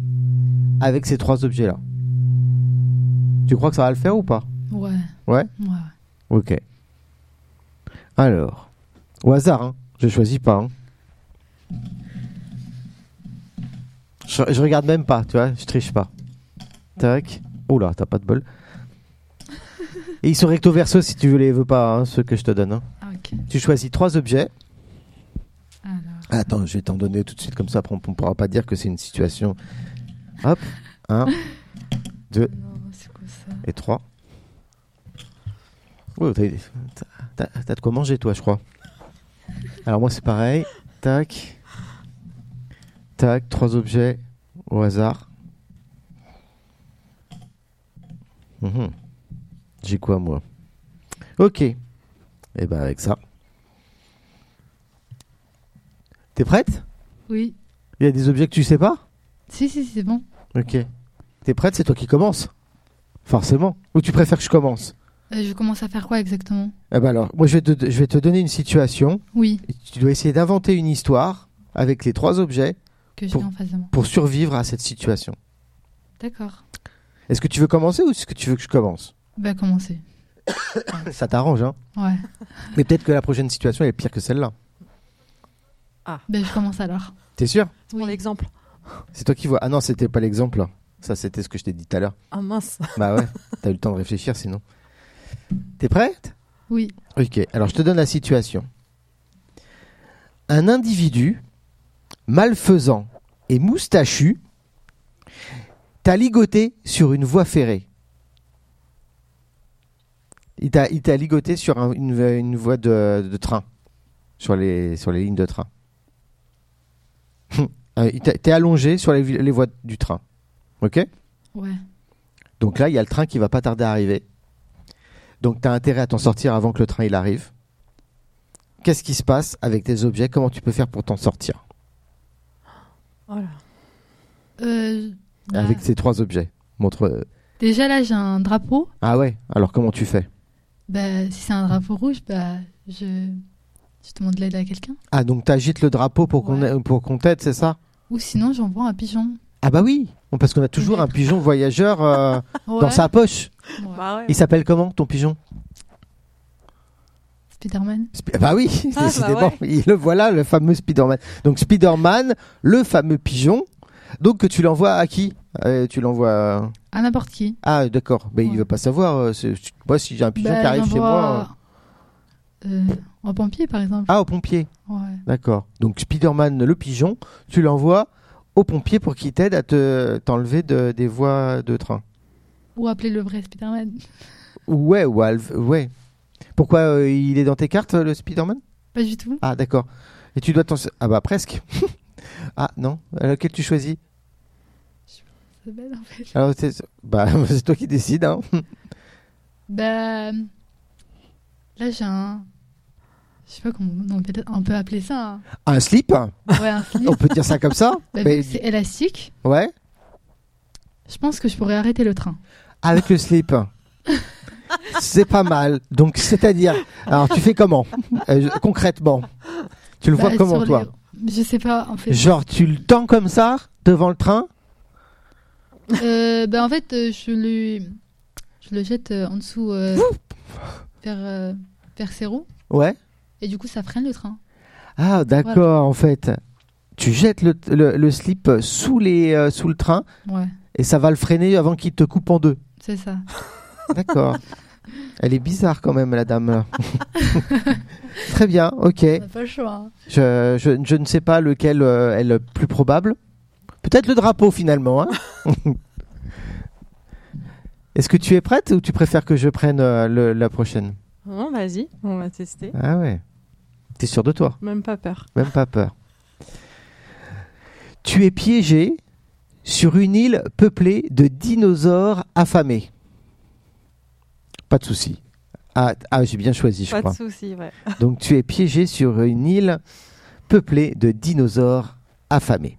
C: avec ces trois objets-là. Tu crois que ça va le faire ou pas
A: Ouais.
C: Ouais.
A: Ouais.
C: Ok. Alors, au hasard, hein. je choisis pas. hein. Je, je regarde même pas, tu vois, je triche pas. Tac. Oula, t'as pas de bol. Et ils sont recto verso si tu veux les veux pas, hein, ceux que je te donne. hein.
A: Ah, Ok.
C: Tu choisis trois objets.
A: Alors.
C: Attends, je vais t'en donner tout de suite, comme ça après, on pourra pas dire que c'est une situation. Hop, un
A: Non, c'est quoi ça
C: et trois. Oh, t'as, t'as- t'as- t'as de quoi manger, toi, je crois. Alors, moi, c'est pareil. Tac. Tac, trois objets au hasard. Mhm. J'ai quoi, moi Ok. Et ben, avec ça. T'es prête
A: Oui.
C: Il y a des objets que tu sais pas
A: Si, si, si, c'est bon.
C: Ok. T'es prête C'est toi qui commence Forcément. Ou tu préfères que je commence
A: Euh, je commence à faire quoi exactement
C: Eh ben alors, moi je vais, te, je vais te donner une situation.
A: Oui,
C: Et tu dois essayer d'inventer une histoire avec les trois objets
A: que j'ai
C: Pour-
A: en face de moi.
C: pour survivre à cette situation.
A: D'accord.
C: Est-ce que tu veux commencer ou est-ce que tu veux que je commence
A: Bah, commencez.
C: Ça t'arrange, hein
A: Ouais.
C: Mais peut-être que la prochaine situation elle est pire que celle-là.
A: Bah, je commence alors.
C: T'es sûr
B: C'est mon exemple.
C: C'est toi qui vois. Ah non, c'était pas l'exemple. là. Ça, c'était ce que je t'ai dit tout à l'heure.
B: Ah mince.
C: Bah ouais, t'as eu le temps de réfléchir sinon. T'es prête
A: Oui,
C: Ok, alors je te donne la situation. Un individu malfaisant et moustachu t'a ligoté sur une voie ferrée. Il t'a il t'a ligoté sur un- une, une voie de, de train, sur les, sur les lignes de train. Euh, il t'a- T'es allongé sur les, vi- les voies du train. Ok
A: ouais.
C: donc là, il y a le train qui va pas tarder à arriver. Donc tu as intérêt à t'en sortir avant que le train il arrive. Qu'est-ce qui se passe avec tes objets Comment tu peux faire pour t'en sortir
B: Voilà.
A: Euh,
B: Ah.
A: bah,
C: avec ces trois objets Montre. euh,
A: Déjà, là, j'ai un drapeau.
C: Ah ouais. Alors comment tu fais
A: Bah, si c'est un drapeau rouge, bah, je, je demande de l'aide à quelqu'un.
C: Ah donc t'agites le drapeau pour qu'on
B: Ouais.
C: ait- pour qu'on t'aide, c'est ça
A: Ou sinon, j'envoie un pigeon.
C: Ah bah oui. Bon, Parce qu'on a toujours un pigeon voyageur euh, dans
A: Ouais.
C: sa poche.
A: Ouais.
B: Bah ouais.
C: Il s'appelle comment ton pigeon
A: Spider-Man.
C: Sp- Bah oui,
B: Ah, bah
C: décidément.
B: ouais.
C: Il- le voilà, le fameux Spider-Man. Donc Spider-Man, le fameux pigeon. Donc que tu l'envoies à qui Euh, Tu l'envoies. euh,
A: À n'importe qui.
C: Ah d'accord, mais il
A: Ouais.
C: veut pas savoir. euh, c'est- tu- Moi, si j'ai un pigeon
A: Bah,
C: qui arrive chez moi... euh,
A: j'envoie, euh, en pompier, par exemple.
C: Ah, au pompier,
A: Ouais.
C: d'accord. Donc Spider-Man, le pigeon, tu l'envoies au pompier pour qu'il t'aide à te t'enlever de, des voies de train.
A: Ou appeler le vrai Spider-Man.
C: Ouais, ou à le- ouais. Pourquoi euh, il est dans tes cartes, le Spider-Man
A: Pas du tout.
C: Ah d'accord. Et tu dois t'en... Ah bah presque. ah non, Euh, lequel tu choisis
A: C'est bête, en fait.
C: Alors c'est... Bah, c'est toi qui décides. Hein.
A: Bah. Là, j'ai un. Je sais pas comment on peut, on peut appeler ça.
C: Un slip,
A: hein. Ouais, un slip.
C: on peut dire ça comme ça
A: Bah, vu
C: Oh, mais-
A: que C'est élastique.
C: Ouais,
A: Je pense que je pourrais arrêter le train.
C: avec le slip. c'est pas mal. Donc, c'est-à-dire, alors tu fais comment Euh, je- Concrètement, tu le
A: Bah,
C: vois comment
A: sur
C: toi
A: les- Je sais pas, en fait.
C: Genre, tu le tends comme ça devant le train
A: Euh, bah, en fait, euh, je lui. Je le jette euh, en dessous. euh, vers, euh, vers ses roues.
C: Ouais.
A: Et du coup, ça freine le train.
C: Ah, d'accord, en fait. Tu jettes le, le- le slip sous, les, euh, sous le train
A: Ouais,
C: et ça va le freiner avant qu'il te coupe en deux.
A: c'est ça.
C: D'accord. Elle est bizarre quand même, la dame. là. Très bien, ok.
A: On n'a pas le choix. hein.
C: Je, je- je ne sais pas lequel euh, est le plus probable. Peut-être le drapeau finalement. hein. Est-ce que tu es prête ou tu préfères que je prenne euh, le- la prochaine
B: Non, vas-y, on va tester.
C: Ah ouais. T'es sûr de toi
B: Même pas peur.
C: Même pas peur. Tu es piégé sur une île peuplée de dinosaures affamés. Pas de souci. Ah, ah, j'ai bien choisi, je
B: pas
C: crois.
B: de souci, ouais.
C: Donc tu es piégé sur une île peuplée de dinosaures affamés.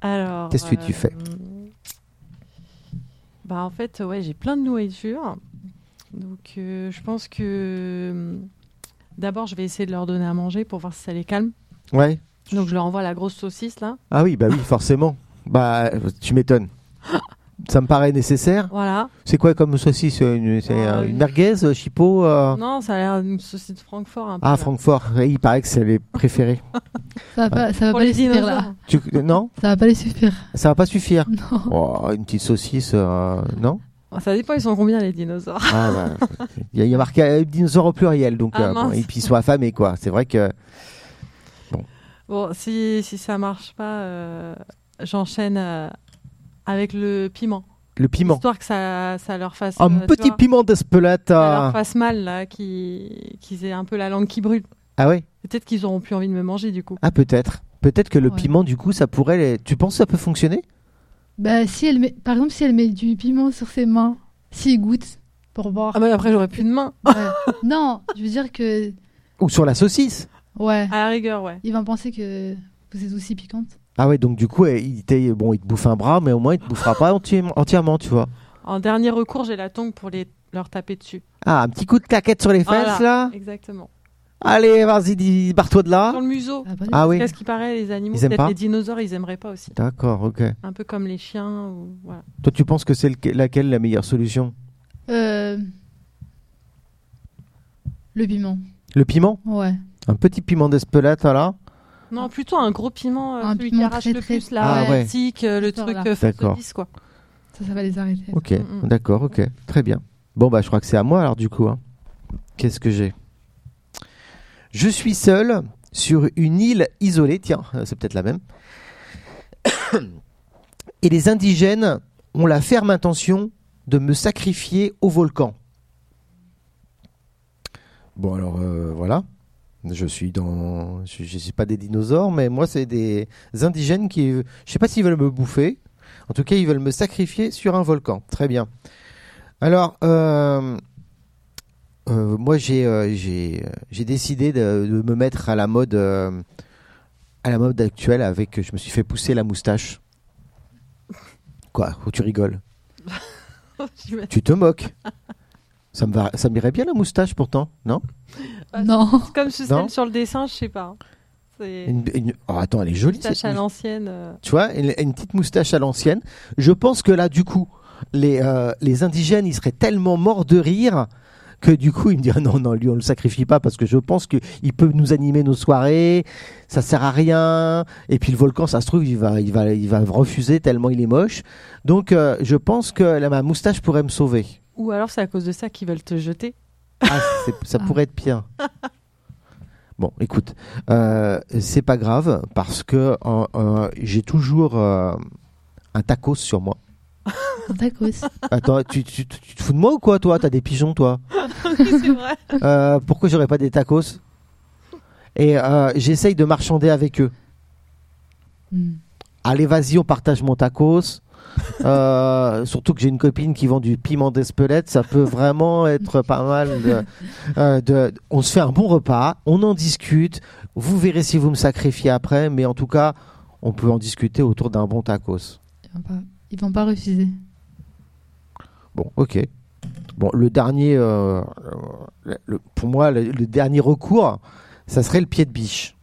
B: Alors. euh,
C: Qu'est-ce que tu fais
B: Bah en fait, ouais, j'ai plein de nourriture. Donc euh, je pense que euh, d'abord je vais essayer de leur donner à manger pour voir si ça les calme.
C: Ouais.
B: Donc je leur envoie la grosse saucisse là.
C: Ah oui, bah oui, forcément. Bah tu m'étonnes. Ça me paraît nécessaire.
B: Voilà.
C: C'est quoi comme saucisse euh, une, c'est,
B: Euh,
C: euh, une
B: une-
C: merguez, euh, chipot euh,
B: Non, ça a l'air une saucisse de Francfort un peu.
C: Ah,
B: là.
C: Francfort. Ouais, Il paraît que c'est les préférés.
A: Ça va pas, ça va
B: Pour
A: pas les
B: les
A: suffire là.
B: dinosaures.
C: Tu- euh, Non,
A: Ça va pas les suffire.
C: ça va pas suffire.
A: Non.
C: Oh, une petite saucisse, euh, non
B: Bon, Ça dépend, ils sont combien les dinosaures
C: Ah, bah, Il y, a- il y a marqué euh, dinosaure au pluriel, donc
B: Ah,
C: euh, bon,
B: mince.
C: et puis ils sont affamés, quoi. C'est vrai que
B: Bon, si, si ça marche pas, euh, j'enchaîne euh, avec le piment.
C: le piment,
B: Histoire que ça, ça leur fasse.
C: un
B: euh, tu
C: petit
B: vois,
C: piment d'Espelette.
B: ça
C: euh,
B: leur fasse mal, là, qui- qu'ils aient un peu la langue qui brûle.
C: Ah ouais.
B: Peut-être qu'ils auront plus envie de me manger, du coup.
C: Ah peut-être. Peut-être que le
A: Ouais.
C: piment, du coup, ça pourrait... les- Tu penses que ça peut fonctionner
A: Bah, si elle met, par exemple, si elle met du piment sur ses mains, s'il goûte, pour voir.
B: Ah, mais après, j'aurai plus de main.
A: Ouais.
C: bah.
A: non, je veux dire que.
C: Ou sur la saucisse
A: Ouais,
B: À la rigueur, ouais.
A: il va penser que vous êtes aussi piquante.
C: Ah ouais, donc du coup, eh, il, t'est- bon, il te bouffe un bras, mais au moins il te bouffera pas entièrement, entièrement, tu vois.
B: En dernier recours, j'ai la tongue pour les leur taper dessus.
C: Ah, un petit coup de claquette sur les fesses
B: Voilà.
C: là.
B: Exactement.
C: Allez, vas-y, dis- barre-toi de là.
B: Sur le museau.
A: Ah, bon
C: Ah oui.
B: Qu'à ce qui paraît, les animaux,
C: Ils aiment
B: peut-être
C: pas
B: les dinosaures, ils aimeraient pas aussi.
C: D'accord, ok.
B: Un peu comme les chiens. Ou... Voilà.
C: Toi, tu penses que c'est lequel- laquelle la meilleure solution
A: Euh, Le piment.
C: Le piment
A: Ouais.
C: Un petit piment d'Espelette, là
B: Non, plutôt un gros piment, euh,
A: Un
B: celui
A: piment
B: qui arrache
A: très,
B: le
A: très-
B: plus, la
C: Ah ouais.
B: tique, euh, le
A: Genre
B: truc
A: là.
B: euh,
C: D'accord.
B: photobice, quoi.
A: Ça, ça va les arrêter.
C: Ok,
B: Mm, mm.
C: d'accord, ok. Très bien. Bon, bah, je crois que c'est à moi, alors, du coup. hein. Qu'est-ce que j'ai Je suis seul sur une île isolée. Tiens, euh, c'est peut-être la même. Et les indigènes ont la ferme intention de me sacrifier au volcan. Bon, alors, euh, voilà. Je suis dans. Je ne suis pas des dinosaures, mais moi, c'est des indigènes qui. Je sais pas s'ils veulent me bouffer. En tout cas, ils veulent me sacrifier sur un volcan. Très bien. Alors, euh, euh, moi, j'ai euh, j'ai euh, j'ai décidé de, de me mettre à la mode euh, à la mode actuelle. Avec, je me suis fait pousser la moustache. Quoi Oh, Tu rigoles
B: J'imagine.
C: Tu te moques Ça me va, ça m'irait bien la moustache pourtant, non
B: Ah,
A: Non.
B: c'est Comme ce-
C: Non.
B: celle sur le dessin, je sais pas. hein. C'est une
C: Une- une- oh, attends, elle est jolie.
B: tâche
C: cette
B: à
C: moustache.
B: l'ancienne. euh.
C: Tu vois, une, une petite moustache à l'ancienne. Je pense que là, du coup, les, euh, les indigènes, ils seraient tellement morts de rire que du coup, ils me diraient non, non, lui, on le sacrifie pas parce que je pense qu'il peut nous animer nos soirées, ça sert à rien. Et puis le volcan, ça se trouve, il va, il va, il va refuser tellement il est moche. Donc, euh, je pense que là, ma moustache pourrait me sauver.
B: Ou alors c'est à cause de ça qu'ils veulent te jeter.
C: Ah, c'est- ça pourrait être pire. Bon, écoute, euh, c'est pas grave parce que euh, euh, j'ai toujours euh, un tacos sur moi.
A: Un tacos.
C: Attends, tu, tu- tu- tu te fous de moi ou quoi, toi T'as des pigeons, toi
B: c'est vrai.
C: Euh, Pourquoi j'aurais pas des tacos Et euh, j'essaye de marchander avec eux.
A: Hmm.
C: Allez, vas-y, on partage mon tacos. Euh, surtout que j'ai une copine qui vend du piment d'Espelette, ça peut vraiment être pas mal. De, euh, de- on se fait un bon repas, on en discute. Vous verrez si vous me sacrifiez après, mais en tout cas, on peut en discuter autour d'un bon tacos.
A: Ils vont pas- Ils vont pas refuser.
C: Bon, ok. Bon, le dernier, euh, le- le- pour moi, le, le dernier recours, ça serait le pied de biche.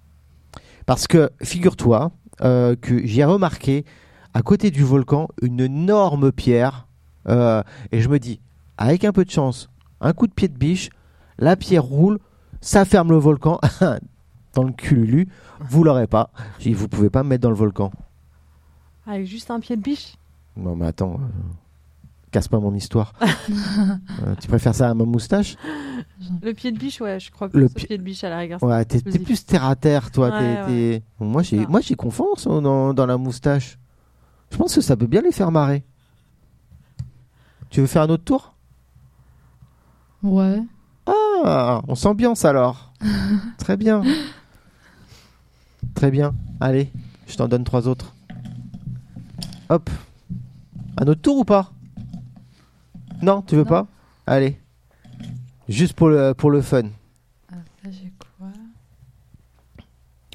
C: Parce que, figure-toi, euh, que j'ai remarqué à côté du volcan une énorme pierre. euh, et je me dis, avec un peu de chance, un coup de pied de biche, la pierre roule, ça ferme le volcan. dans le cululu, vous l'aurez pas. J'ai dit, Vous pouvez pas me mettre dans le volcan.
B: Avec juste un pied de biche.
C: Non, mais attends, euh, casse pas mon histoire. Euh, tu préfères ça à ma moustache
B: Le pied de biche, ouais, je crois que
C: Le
B: le
C: pi-
B: pied de biche à la rigueur.
C: Ouais, t'es
B: c'est
C: t'es plus terre à terre, toi.
B: Ouais,
C: t'es-
B: ouais.
C: t'es- Bon, Moi, j'ai,
B: Ah.
C: moi, j'ai confiance hein, dans, dans la moustache. Je pense que ça peut bien les faire marrer. Tu veux faire un autre tour
A: Ouais.
C: Ah, on s'ambiance alors. Très bien. Très bien. Allez, je t'en donne trois autres. Hop. Un autre tour ou pas Non, tu veux
A: Non.
C: pas Allez. Juste pour le, pour le fun.
A: Ah, ça, j'ai quoi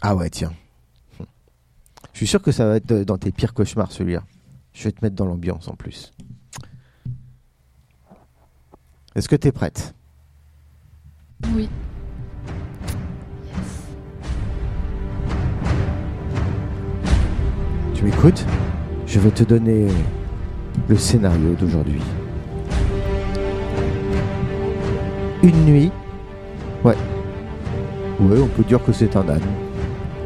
C: Ah ouais, tiens. Je suis sûr que ça va être euh, dans tes pires cauchemars celui-là. Je vais te mettre dans l'ambiance en plus. Est-ce que t'es prête
A: Oui.
C: Tu m'écoutes Je vais te donner le scénario d'aujourd'hui. Une nuit. Ouais. Ouais, on peut dire que c'est un âne.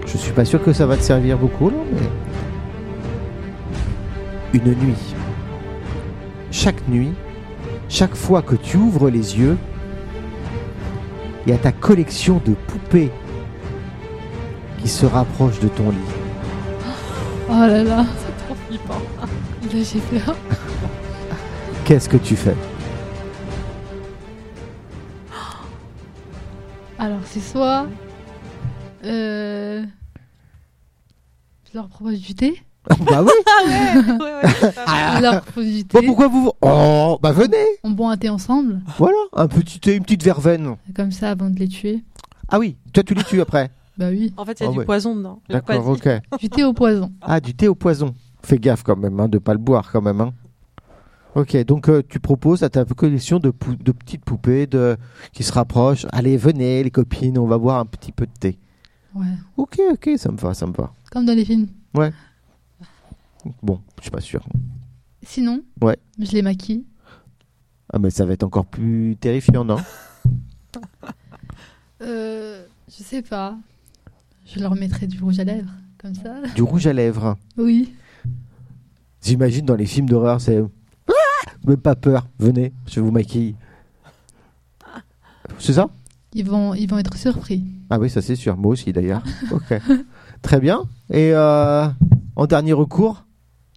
C: Je suis pas sûr que ça va te servir beaucoup là, mais. Une nuit. Chaque nuit, chaque fois que tu ouvres les yeux, il y a ta collection de poupées qui se rapproche de ton lit.
A: Oh là là.
B: C'est trop flippant.
A: Là, j'ai peur.
C: Qu'est-ce que tu fais
A: Alors, c'est soit. Euh... Je leur propose du thé.
C: Bah oui
B: Ah ouais, ouais, ouais.
A: Je leur propose du
C: Bon,
A: thé.
C: Ah. pourquoi vous. Oh, bah venez
A: On boit un thé ensemble.
C: Voilà, un petit thé, une petite verveine.
A: Comme ça, avant de les tuer.
C: Ah oui, toi, tu les tues après.
A: Bah oui.
B: En fait, il y a
C: Ah
B: du
C: ouais.
B: poison dedans. J'ai pas
C: D'accord,
B: dit.
C: ok.
A: Du thé au poison.
C: Ah, du thé au poison. Fais gaffe quand même, hein, de pas le boire quand même. Hein. Ok, donc euh, tu proposes à ta collection de, pou- de petites poupées de... qui se rapprochent. Allez, venez les copines, on va boire un petit peu de thé.
A: Ouais.
C: Ok, ok, ça me va, ça me va.
A: Comme dans les films.
C: Bon, je suis pas sûr.
A: Sinon,
C: Ouais.
A: je les maquille.
C: Ah mais ça va être encore plus terrifiant, non
A: Euh, je sais pas. Je leur mettrai du rouge à lèvres, comme ça.
C: Du rouge à lèvres.
A: Oui.
C: J'imagine dans les films d'horreur, c'est... Ah Même pas peur, venez, je vous maquille. C'est ça
A: Ils vont, ils vont être surpris.
C: Ah oui, ça c'est sûr. Moi aussi d'ailleurs. Ok. Très bien. Et euh, en dernier recours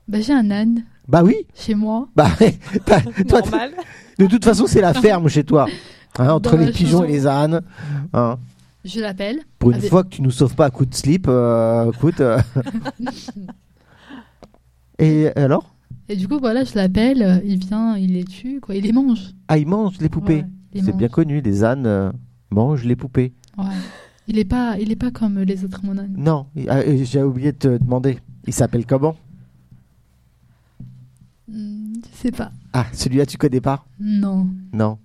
A: Bah, j'ai un âne
C: Bah oui.
A: chez moi.
C: Bah, t'as- toi, t'as-
B: Normal.
C: de toute façon, c'est la ferme chez toi. Hein, entre
A: Dans la
C: les pigeons
A: chanson.
C: et les ânes. Hein.
A: Je l'appelle.
C: Pour une
A: Avec-
C: fois que tu nous sauves pas à coup de slip, euh, écoute. euh. et alors
A: Et du coup, voilà, je l'appelle. euh, Il vient, il les tue, quoi. Il les mange.
C: Ah, ils mangent les poupées.
A: Ouais, il les
C: c'est
A: mange.
C: bien connu, les ânes euh, mangent les poupées.
A: Ouais. Il est pas, il est pas comme les autres mon âne.
C: Non, ah, et j'ai oublié de te demander. Il s'appelle comment
A: Hmm, je sais pas.
C: Ah, celui-là, tu connais pas
A: Non,
C: Non.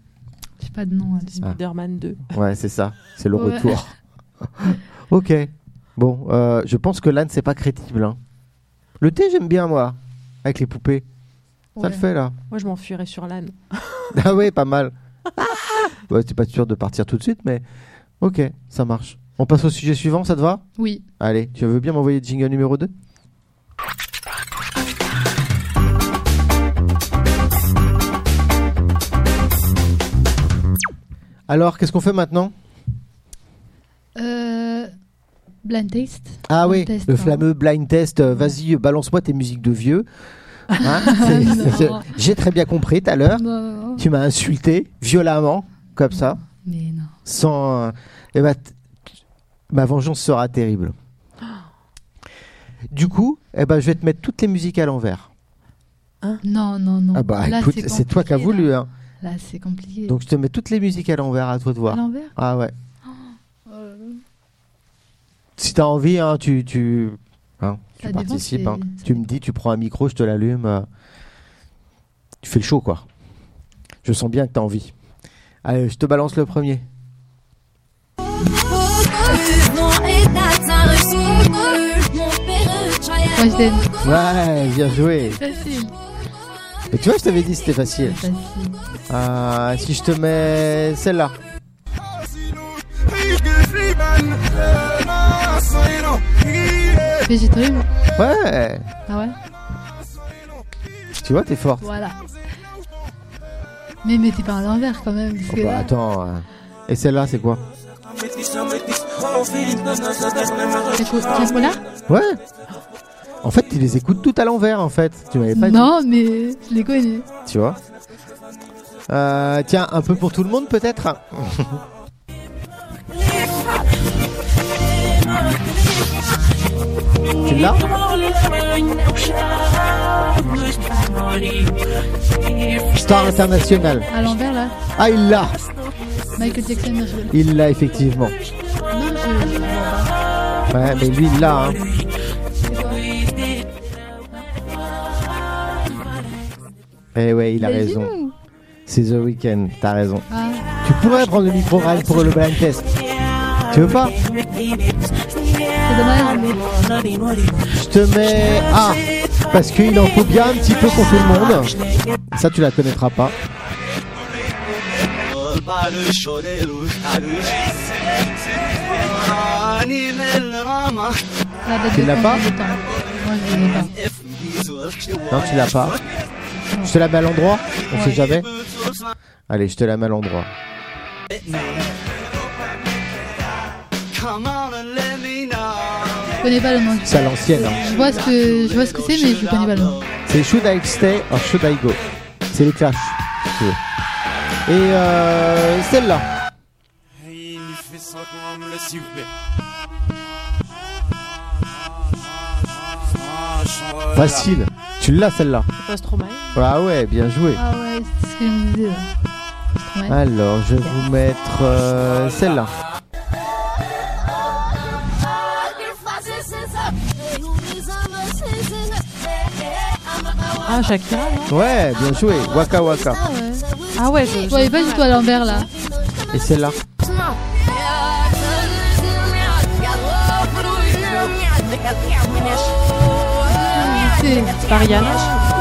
A: j'ai pas de nom. hein.
C: Ah.
B: Spider-Man 2.
C: Ouais, c'est ça. C'est le
A: Ouais.
C: retour. ok. Bon, euh, je pense que l'âne, c'est pas crédible. hein. Le thé, j'aime bien, moi. Avec les poupées. Ça
A: Ouais.
C: le fait, là.
B: Moi, je m'enfuirais sur l'âne.
C: Ah ouais, pas mal. ouais, t'es pas sûr de partir tout de suite, mais ok, ça marche. On passe au sujet suivant, ça te va
A: Oui.
C: Allez, tu veux bien m'envoyer le jingle numéro 2 Alors, qu'est-ce qu'on fait maintenant
A: Euh, blind taste.
C: Ah
A: Blind
C: oui,
A: test,
C: le
A: hein.
C: flammeux blind test. euh, Vas-y, balance-moi tes musiques de vieux. Hein, c'est-
A: Ah, non.
C: c'est- J'ai très bien compris tout à l'heure.
A: Non, non, non.
C: Tu m'as insulté violemment, comme ça,
A: Bah, Mais non.
C: sans. euh, eh ben, t- ma vengeance sera terrible. Du coup, eh ben, je vais te mettre toutes les musiques à l'envers.
A: Non, non, non.
C: Ah bah
A: Mm. Là,
C: écoute, c'est toi qui as
A: compliqué,
C: voulu.
A: Là,
C: hein.
A: Là, c'est compliqué.
C: Donc je te mets toutes les musiques à l'envers, à toi de
A: à
C: voir.
A: l'envers.
C: Ah ouais.
A: euh,
C: Si t'as envie, hein, tu, tu, hein, tu
A: Ça dépend,
C: participes.
A: c'est-
C: hein.
A: ça
C: Tu me
A: dépend.
C: dis, tu prends un micro, je te l'allume. euh, tu fais le show, quoi. Je sens bien que t'as envie. Allez, je te balance le premier.
A: Weshden.
C: Ouais, bien joué.
A: Facile.
C: Mais tu vois, je t'avais dit que c'était facile.
A: Facile.
C: Ah, si je te mets celle-là.
A: Végétarium.
C: Ouais.
A: Ah ouais.
C: Tu vois, t'es forte.
A: Voilà. Mais mettez pas à l'envers quand même. Parce
C: Oh,
A: que
C: bah,
A: là-
C: attends. euh. Et celle-là, c'est quoi
A: Chaco- Chacola
C: Ouais. En fait, tu les écoutes toutes à l'envers, en fait. Tu m'avais pas dit.
A: Non, mais je les connais.
C: Tu vois Euh, Tiens, un peu pour tout le monde, peut-être Tu l'as Star International.
A: À l'envers là.
C: Ah, il l'a
A: Michael Jackson. Non, je non,
C: Il l'a, effectivement.
A: je- je vois pas.
C: Ouais, mais lui, il l'a. hein. Eh ouais, il a
A: Vas-y,
C: raison.
A: nous.
C: C'est The Weeknd, t'as raison.
A: Ah,
C: Tu pourrais prendre le micro Ryan, pour le blind test. Tu veux pas
A: c'est dommage. mais-
C: Je te mets A parce qu'il en faut bien un petit peu pour tout le monde. Ça, tu la connaîtras pas.
A: La date
C: Tu
A: de
C: l'as
A: fin,
C: pas
A: je l'ai Moi, je l'ai pas.
C: Non, tu l'as pas. Je te la mets à l'endroit. On sait
A: Ouais.
C: jamais. Allez, je te la mets à l'endroit.
A: Je connais pas le nom.
C: C'est à l'ancienne. hein.
A: Je vois ce que, je vois ce que c'est, mais je connais pas le nom.
C: C'est Should I Stay or Should I Go. C'est les Clash. si tu veux. Et euh, celle-là. Facile. Tu l'as celle-là.
B: C'est pas trop mal.
C: Ah ouais, bien joué.
A: Ah ouais, c'est ce que je me disais. là. Ouais.
C: Alors, je vais vous mettre euh, celle-là.
B: Ah, Shakira, non
C: Ouais, bien joué. Waka Waka.
A: Ah ouais.
B: Ah ouais, je-
A: Je voyais pas du tout à l'envers là.
C: Et celle-là
A: C'est
B: c'est Ariana.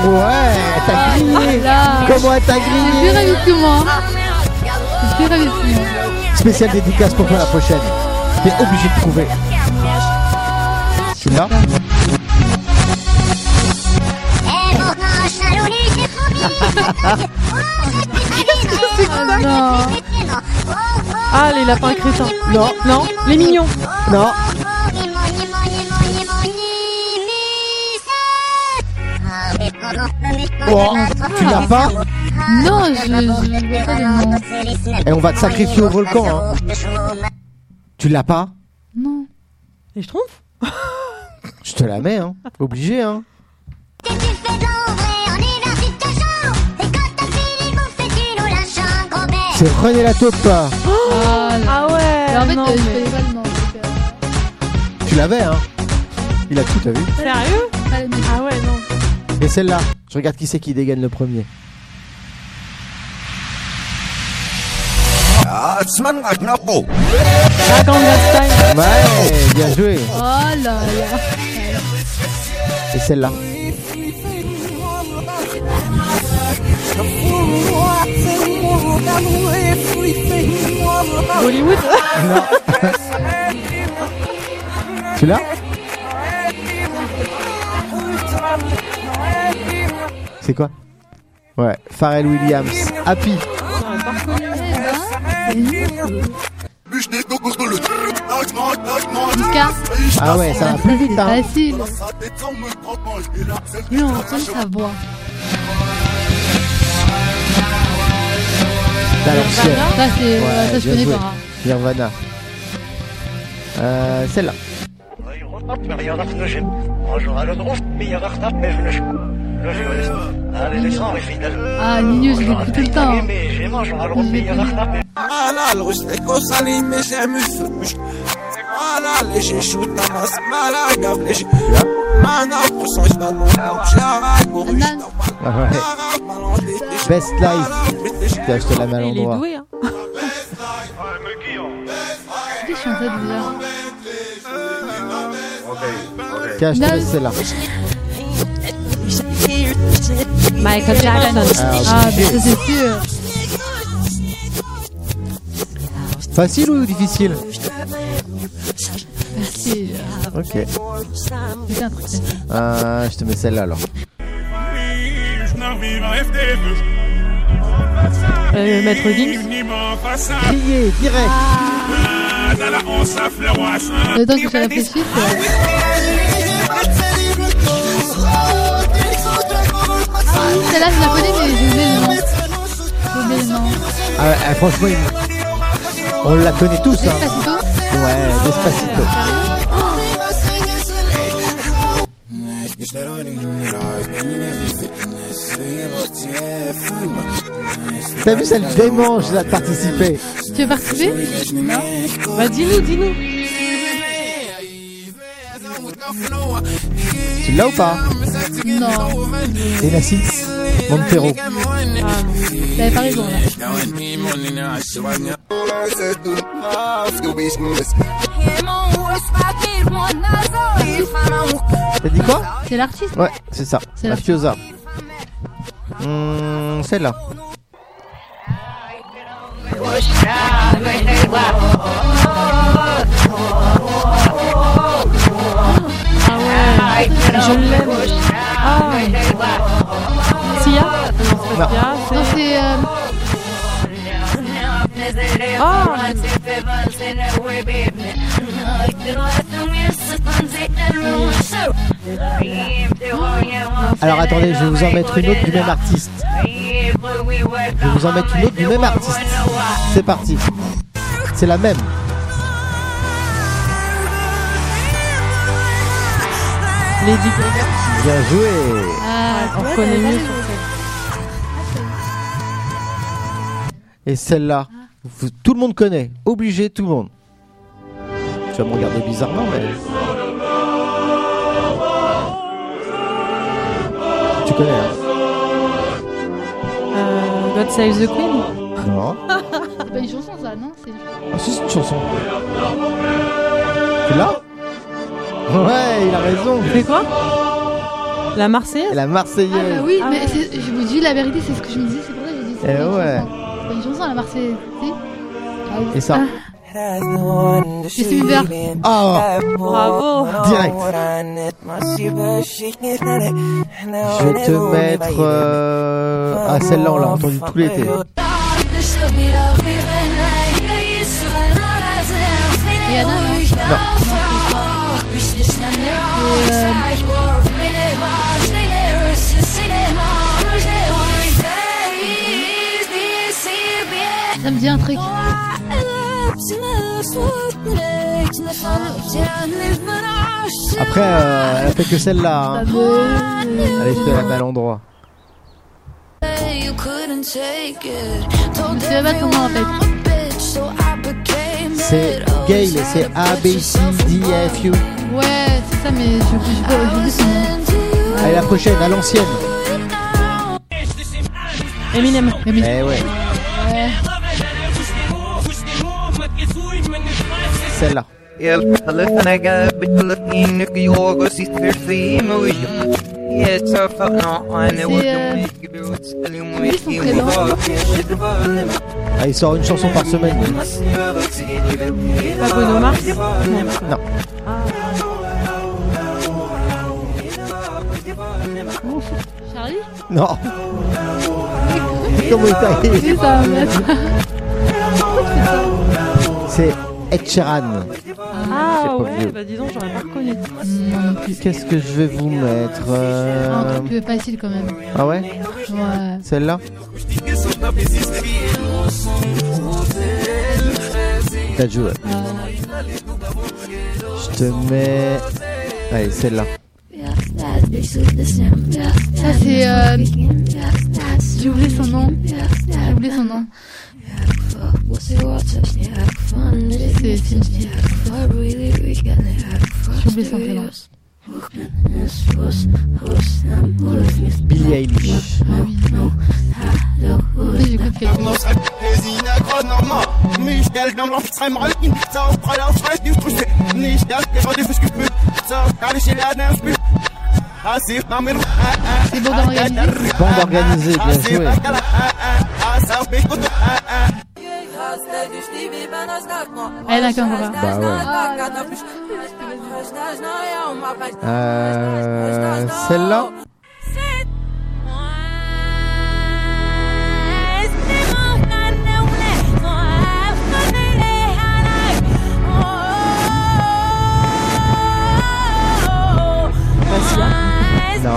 C: Ouais, t'as grillé.
A: là.
C: Comment t'as
A: C'est plus
C: grillé
A: rapide que moi. hein. C'est plus rapide que moi.
C: Spécial dédicace pour toi la prochaine. T'es obligé de trouver. Tu l'as
A: Ah non.
B: Ah, les lapins crétins.
C: Non.
B: Non, les mignons.
C: Non. Oh, tu l'as pas
A: Non, je. je vois pas le nom.
C: Et on va te sacrifier au volcan. hein. Tu l'as pas
A: Non.
B: Les schtroumpfs
C: Je te la mets, hein. Obligé, hein. C'est René la taupe.
A: Ah là.
B: Ah ouais
A: Mais en fait,
B: non,
A: euh, je
B: mais-
A: connais pas le nom. donc, euh,
C: Tu l'avais, hein. Il a tout, t'as vu
B: Sérieux
A: pas le nom.
B: Ah ouais, non.
C: Et celle-là Je regarde qui c'est qui dégaine le premier.
B: La Gangnam Style.
C: Ouais, bien joué.
A: Oh là là.
C: Et celle-là Ah,
B: Hollywood
C: Tu l'as C'est quoi Ouais, Pharrell Williams. Happy.
A: Mika.
C: Ah ouais, ça va plus vite, hein.
A: Facile. Lui, on entend sa voix.
C: T'as l'ancienne.
A: Ça, c'est. voilà, ça, je
C: bien
A: connais
C: joué.
A: pas. hein.
C: Nirvana. Euh, celle-là.
A: Ah, Nino, je l'écoute tout le temps. hein. Je l'ai connu. Anan.
C: Ah ouais. Best Life. Putain, je te la mets à
B: Il est
C: l'endroit.
B: doué, hein.
A: Qui chantait déjà
C: Tiens, je te
A: Neuf.
C: laisse celle-là.
B: Michael Jackson.
C: Ah,
A: Ah, mais ça, c'est sûr.
C: Facile ou difficile
A: Facile.
C: Ok.
A: C'était un truc facile.
C: Euh, je te mets celle-là alors.
B: Euh, Maître Gims.
C: Crier, direct.
A: Le temps que je réfléchisse. euh, Celle-là, je la connais, mais j'ai oublié le nom. J'ai oublié le nom.
C: Ah, ah, franchement, il- on la connaît tous. Hein.
A: Despacito
C: Ouais, Despacito. T'as vu, ça le démange là, de participer.
A: Tu veux participer
B: Bah, dis-nous, dis-nous.
C: Tu l'as ou pas
A: Non.
C: Et Nassim Montero.
A: T'avais pas raison, là.
C: T'as dit quoi
A: C'est l'artiste
C: Ouais, c'est ça.
A: C'est la-
C: Mafiosa. Hum, Celle-là.
B: Ah Je l'aime. Ah Sia Non, c'est
C: Non.
B: pas
A: Non,
B: Sia, c'est...
A: c'est. euh,
B: Ah
C: Alors attendez, je vais vous en mettre une autre du même artiste. Je vais vous en mettre une autre du même artiste. C'est parti. C'est la même.
B: Lady Gaga.
C: Bien joué.
A: Ah,
B: On connaît mieux sur
C: Et celle-là, vous- tout le monde connaît. Obligé, tout le monde. Tu vas me regarder bizarrement, mais. Tu connais, hein
B: Euh, God Save the Queen
C: Non.
A: C'est pas une chanson, ça, non C'est
C: Ah, si, c'est une chanson. Tu l'as Ouais, il a raison.
B: C'est quoi La Marseillaise
C: La
A: Ah bah
C: Marseillaise.
A: oui,
B: Ah
A: mais
B: ouais.
A: c'est- je vous dis la vérité, c'est ce que je me disais, c'est pour ça que j'ai dit c'est
C: Eh
A: pas une
C: ouais.
A: chanson. C'est pas une chanson, la Marseillaise, si Ah oui.
C: Et ça.
A: Je suis vert.
C: Ah,
B: Bravo.
C: Direct. je vais te mettre. euh, Ah, celle-là, on l'a entendue tout l'été.
A: Ça me dit un
C: euh,
A: truc.
C: Après, euh, elle a fait que celle-là.
A: Ah,
C: hein. Allez, je te la mets à l'endroit.
A: Je savais pas comment, en fait.
C: C'est Gail, c'est A, B, C, D, E, F, U.
A: Ouais, c'est ça, mais je je sais pas, j'ai oublié son nom.
C: Allez, la prochaine, à l'ancienne.
B: Eminem.
A: Mais mais-
C: Eh ouais,
A: ouais.
C: celle-là. Ah, il sort une chanson par semaine.
B: Pas Bruno Mars
C: Non.
A: Charlie
C: Non. Comment il t'arrive
A: Oui, ça va mettre.
C: C'est Ed Sheeran.
B: Ah
C: pas vieux.
B: ouais, bah dis donc, j'aurais pas reconnu.
C: Qu'est-ce que je vais vous mettre euh,
A: Un truc facile quand même. Ouais.
C: Ah ouais Celle-là T'as joué.
A: euh,
C: Je te mets... Allez, celle-là.
A: Ça, c'est. euh, J'ai oublié son nom. J'ai oublié son nom. C'est c'est une fille. J'ai oublié son prénom.
C: Billie Eilish.
A: Ah oui. Oui, j'ai compris. C'est bon d'organiser.
C: Bande organisée, bien joué.
A: Elle a qu'un bras.
C: Bah ouais. Euh, celle-là Non.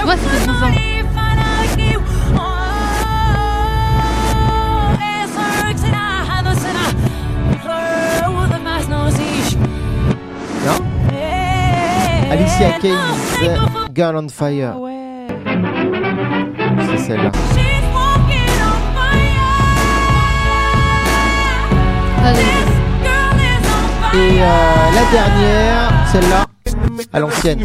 A: Tu vois, c'était son sang.
C: Non Alicia Keys, euh, Girl on
B: Ah
C: Fire.
B: ouais.
C: C'est celle-là. Et euh, la dernière, celle-là, à l'ancienne.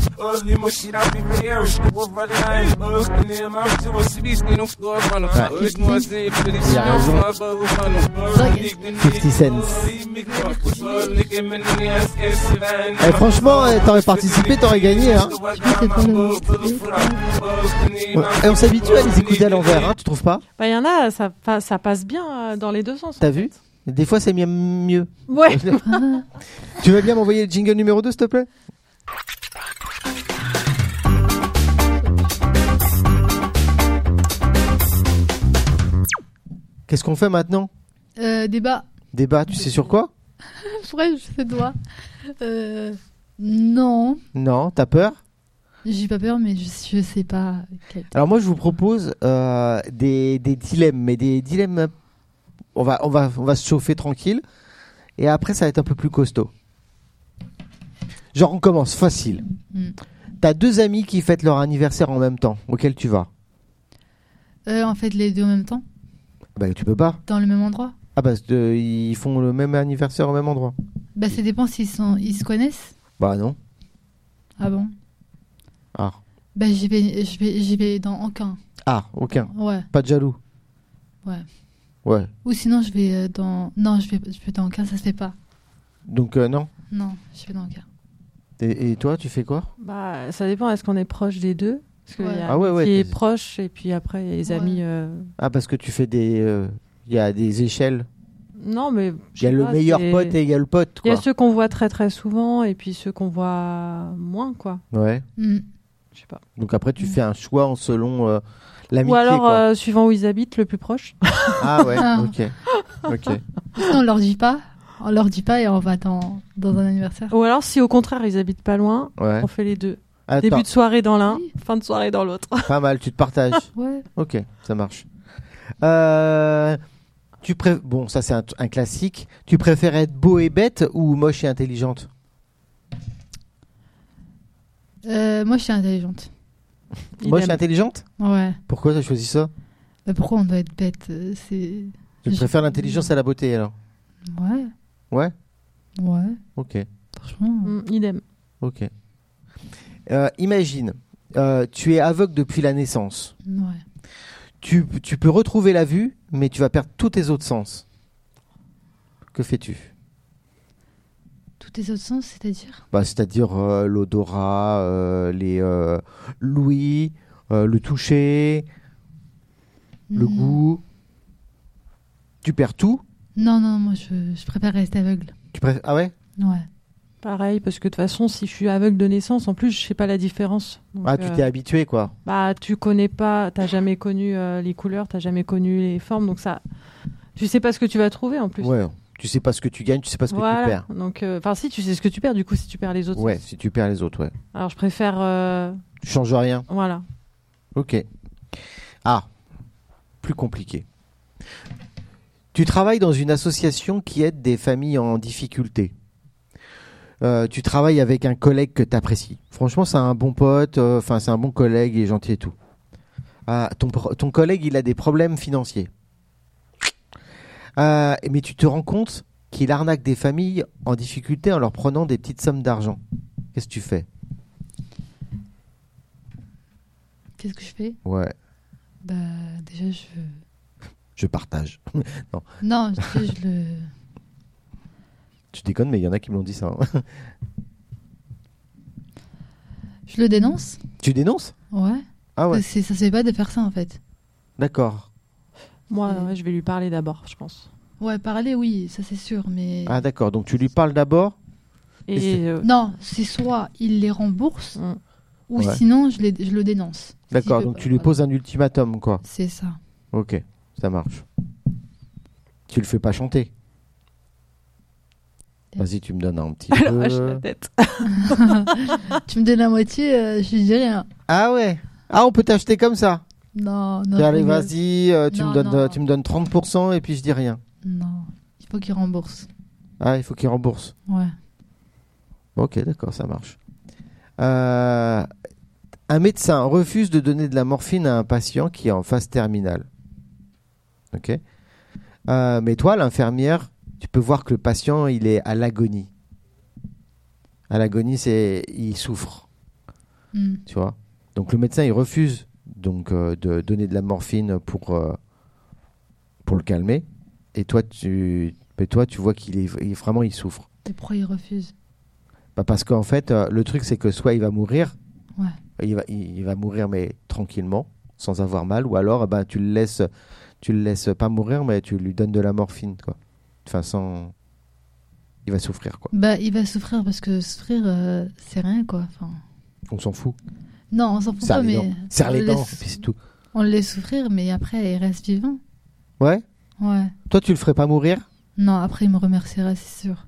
C: Il a raison. 50 cents. Eh, franchement, eh, t'aurais participé, t'aurais gagné. Hein.
A: c'est pas
C: Ouais. Et on s'habitue à les écouter à l'envers, hein, tu trouves pas
B: Bah il y en a, ça, pa- ça passe bien euh, dans les deux sens.
C: T'as vu Des fois, c'est mieux- mieux.
B: Ouais.
C: tu veux bien m'envoyer le jingle numéro 2, s'il te plaît Qu'est-ce qu'on fait maintenant
A: Euh, débat.
C: Débat, tu sais sur quoi
A: Ouais, je fais doigt. Euh, non,
C: Non, t'as peur
A: j'ai pas peur, mais je, je sais pas. quel-
C: Alors moi je vous propose euh, des, des dilemmes, mais des dilemmes. euh, On va on va on va se chauffer tranquille et après ça va être un peu plus costaud. Genre on commence facile.
A: Mm.
C: T'as deux amis qui fêtent leur anniversaire en même temps. Auquel tu vas
A: Euh, en fait, les deux en même temps,
C: Bah tu peux pas.
A: dans le même endroit.
C: Ah bah euh, ils font le même anniversaire au même endroit.
A: Bah, ça dépend s'ils sont, ils se connaissent.
C: Bah non.
A: Ah bon
C: Ah.
A: Bah, j'y vais, je vais, j'y vais dans aucun.
C: Ah, aucun.
A: Ouais,
C: Pas de jaloux.
A: ouais.
C: Ouais.
A: Ou sinon, je vais euh, dans. Non, je vais, je vais dans le cas, ça se fait pas.
C: Donc euh, non.
A: Non, je vais dans le cas.
C: Et, et toi, tu fais quoi
B: Bah, ça dépend, est-ce qu'on est proche des deux Parce qu'il
A: Ouais.
B: y a
C: Ah ouais, ouais,
B: qui
C: t'es-
B: est proche, et puis après, il y a les
A: Ouais.
B: amis. euh,
C: Ah, parce que tu fais des. euh, Il y a des échelles.
B: Non, mais.
C: Il y a le meilleur pote et il y a le pote,
B: Il y
C: quoi.
B: a ceux qu'on voit très très souvent, et puis ceux qu'on voit moins, quoi.
C: Ouais.
A: Hmm.
B: Je sais pas.
C: Donc après, tu fais un choix en selon euh, l'amitié.
B: Ou alors,
C: quoi.
B: euh, suivant où ils habitent, le plus proche.
C: Ah ouais,
A: Ah.
C: ok. Ok.
A: Sinon, on leur dit pas. On leur dit pas et on va dans, dans un anniversaire.
B: Ou alors, si au contraire, ils habitent pas loin,
C: Ouais.
B: on fait les deux.
C: Attends,
B: Début de soirée dans l'un,
A: Oui.
B: fin de soirée dans l'autre.
C: pas mal, tu te partages.
A: Ouais.
C: Ok, ça marche. Euh, tu pré... Bon, ça c'est un, un classique. Tu préfères être beau et bête ou moche et intelligente
A: Euh, moi, je suis intelligente.
C: Moche
B: Idem.
C: et intelligente
A: Ouais.
C: Pourquoi tu as choisi ça
A: Mais pourquoi on doit être bête euh, C'est.
C: Tu
A: Je-
C: préfères l'intelligence à la beauté alors
A: Ouais.
C: Ouais
A: Ouais.
C: Ok,
A: Franchement.
B: Mm, idem.
C: ok. Euh, imagine, euh, tu es aveugle depuis la naissance.
A: Ouais.
C: Tu, tu peux retrouver la vue, mais tu vas perdre tous tes autres sens. Que fais-tu
A: Tous tes autres sens, c'est-à-dire
C: bah, C'est-à-dire euh, l'odorat, euh, les euh, l'ouïe, euh, le toucher, le
A: Hmm.
C: goût. Tu perds tout
A: Non, non, moi, je, je préfère rester aveugle.
C: tu préf- Ah ouais
A: Ouais.
B: Pareil, parce que de toute façon, si je suis aveugle de naissance, en plus, je sais pas la différence. Donc,
C: Ah, tu
B: euh,
C: t'es habitué quoi.
B: Bah, tu connais pas, t'as jamais connu euh, les couleurs, t'as jamais connu les formes, donc ça, tu sais pas ce que tu vas trouver en plus.
C: Ouais. Tu sais pas ce que tu gagnes, tu sais pas ce que
B: Voilà.
C: tu perds.
B: Donc, euh, enfin, si tu sais ce que tu perds, du coup, si tu perds les autres.
C: Ouais, si tu perds les autres, ouais.
B: Alors, je préfère, euh,
C: Tu changes rien.
B: voilà.
C: Ok. Ah, plus compliqué. Tu travailles dans une association qui aide des familles en difficulté. Euh, tu travailles avec un collègue que tu apprécies. Franchement, c'est un bon pote, euh, enfin, c'est un bon collègue, il est gentil et tout. Ah, ton, pro- ton collègue, il a des problèmes financiers. Euh, mais tu te rends compte qu'il arnaque des familles en difficulté en leur prenant des petites sommes d'argent. Qu'est-ce que tu fais
A: Qu'est-ce que je fais
C: Ouais,
A: Bah, déjà, je.
C: je partage.
A: Non, je, je le.
C: Tu déconnes, mais il y en a qui me l'ont dit ça. hein.
A: Je le dénonce.
C: Tu dénonces
A: Ouais.
C: Ah ouais,
A: C'est- Ça se fait pas de faire ça, en fait.
C: d'accord.
B: Moi,
A: Mm.
B: ouais, je vais lui parler d'abord, je pense.
A: Ouais, parler, oui, ça c'est sûr, mais.
C: Ah d'accord, donc tu lui parles d'abord Et c'est-
B: Et euh,
A: Non, c'est soit il les rembourse,
B: Mm.
A: ou
C: Ouais.
A: sinon je, les, je le dénonce.
C: D'accord,
A: S'il
C: donc
A: peut
C: tu lui
A: pas.
C: poses un ultimatum quoi.
A: C'est ça.
C: Ok, ça marche. Tu le fais pas chanter Vas-y, tu me donnes un petit
B: alors, je la
C: peu.
B: tête.
A: Ah, Tu me donnes la moitié, euh, je lui dis rien.
C: Ah ouais Ah, on peut t'acheter comme ça
A: Non, non.
C: Tu
A: je
C: Allez,
A: rigole.
C: vas-y, euh, tu,
A: Non,
C: me donnes,
A: non.
C: euh, tu me donnes 30% et puis je dis rien.
A: Non, il faut qu'il rembourse.
C: Ah, il faut qu'il rembourse.
A: Ouais.
C: Ok, d'accord, ça marche. Euh, un médecin refuse de donner de la morphine à un patient qui est en phase terminale. Ok. Euh, mais toi, l'infirmière, tu peux voir que le patient, il est à l'agonie. À l'agonie, c'est il souffre,
A: Mm.
C: tu vois. Donc le médecin, il refuse donc euh, de donner de la morphine pour euh, pour le calmer. Et toi, tu, mais toi, tu vois qu'il est il- vraiment, il souffre.
A: Et pourquoi il refuse
C: Bah, parce qu'en fait, euh, le truc, c'est que soit il va mourir,
A: Ouais.
C: il, va, il, il va mourir, mais tranquillement, sans avoir mal, ou alors eh ben, tu le laisses, tu le laisses pas mourir, mais tu lui donnes de la morphine, quoi. Enfin, sans. Il va souffrir, quoi.
A: Bah, il va souffrir parce que souffrir, euh, c'est rien quoi. Enfin,
C: On s'en fout.
A: non, on s'en fout
C: Serre
A: pas,
C: les
A: mais.
C: dents, serre
A: on
C: les
A: le
C: dents,
A: laisse-
C: puis c'est tout.
A: On le laisse souffrir, mais après, il reste vivant.
C: Ouais
A: Ouais.
C: Toi, tu le ferais pas mourir
A: Non, après, il me remerciera, c'est sûr.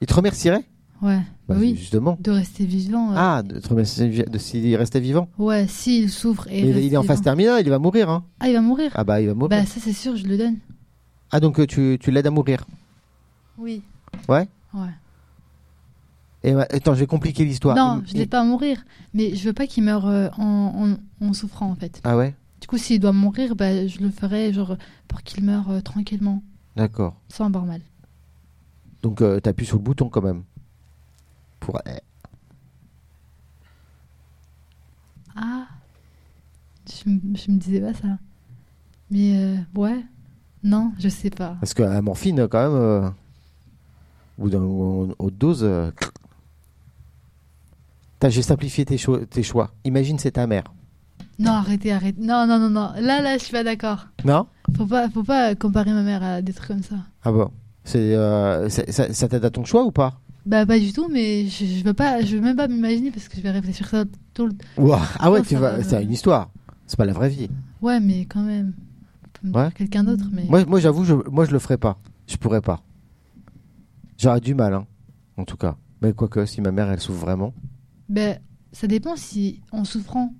C: Il te remercierait
A: Ouais.
C: Bah,
A: oui,
C: Justement.
A: de rester vivant. euh,
C: Ah, de te remercier vi- de s'il restait vivant.
A: Ouais, s'il souffre et
C: Mais il,
A: reste
C: est en phase
A: vivant.
C: terminale, il va mourir, hein.
A: Ah, il va mourir
C: Ah, bah, il va mourir.
A: Bah, ça, c'est sûr, je le donne.
C: Ah, donc euh, tu, tu l'aides à mourir.
A: Oui.
C: Ouais
A: Ouais.
C: Et, bah, attends, je vais compliquer l'histoire.
A: non,
C: Il-
A: je l'ai
C: il-
A: pas à mourir, mais je veux pas qu'il meure euh, en, en- en souffrant en fait.
C: Ah, ouais
A: Du coup, s'il doit mourir, bah, je le ferai genre pour qu'il meure euh, tranquillement,
C: D'accord.
A: sans avoir mal.
C: Donc euh, t'appuies sur le bouton quand même. eh, Pour...
A: Ah, Je, m- je me disais pas ça. Mais euh, ouais, non, je sais pas.
C: Parce que la morphine, quand même, euh, au bout d'un au- haute dose, euh, T'as- j'ai simplifié tes, cho- tes choix. Imagine, c'est ta mère.
A: Non, arrêtez, arrêtez. Non, non, non, non. Là, là, je suis pas d'accord.
C: Non
A: Faut pas, faut pas comparer ma mère à des trucs comme ça.
C: Ah bon C'est, euh, c'est- ça, ça t'aide à ton choix ou pas
A: Bah pas du tout, mais je, je veux pas, je veux même pas m'imaginer parce que je vais réfléchir ça tout le.
C: Ouah, Ah ouais,
A: Oh,
C: tu
A: ça
C: vas,
A: va,
C: c'est
A: ouais.
C: une histoire. C'est pas la vraie vie.
A: Ouais, mais quand même. Faut me
C: Ouais.
A: dire Quelqu'un d'autre, mais.
C: Moi, moi j'avoue, je, moi, je le ferais pas. Je pourrais pas. J'aurais du mal, hein, en tout cas. Mais quoique, si ma mère, elle souffre vraiment.
A: Ben, ça dépend si en souffrant,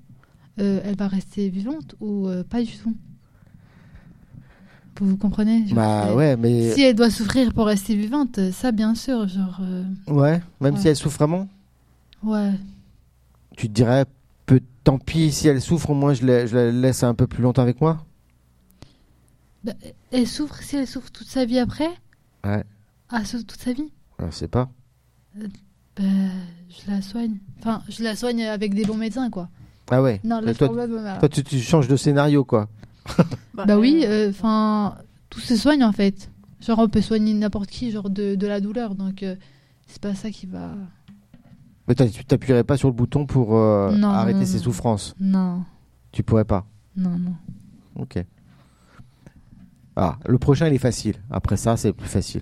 A: euh, elle va rester vivante ou euh, pas du tout. Vous, vous comprenez genre,
C: bah
A: c'est-
C: ouais, mais.
A: Si elle doit souffrir pour rester vivante, euh, ça bien sûr, genre euh,
C: Ouais, même
A: Ouais.
C: si elle souffre vraiment,
A: ouais,
C: tu te dirais, peu, tant pis, si elle souffre, au moins, je la, je la laisse un peu plus longtemps avec moi.
A: Bah, elle souffre si elle souffre toute sa vie après.
C: Ouais.
A: Ah, sauf toute sa vie.
C: Je sais pas.
A: Ben, je la soigne. Enfin, je la soigne avec des bons médecins quoi.
C: Ah ouais.
A: Non, euh,
C: Mais
A: là, je
C: toi,
A: parle pas de ma mère.
C: toi, tu, tu changes de scénario, quoi.
A: Bah oui,
B: euh,
A: enfin, tout se soigne en fait. Genre, on peut soigner n'importe qui, genre de, de la douleur, donc euh, c'est pas ça qui va.
C: Mais t'as- tu t'appuierais pas sur le bouton pour euh,
A: Non,
C: arrêter
A: non,
C: ses
A: non.
C: souffrances.
A: Non,
C: Tu pourrais pas.
A: non, non.
C: Ok. Ah, le prochain, il est facile. Après ça, c'est plus facile.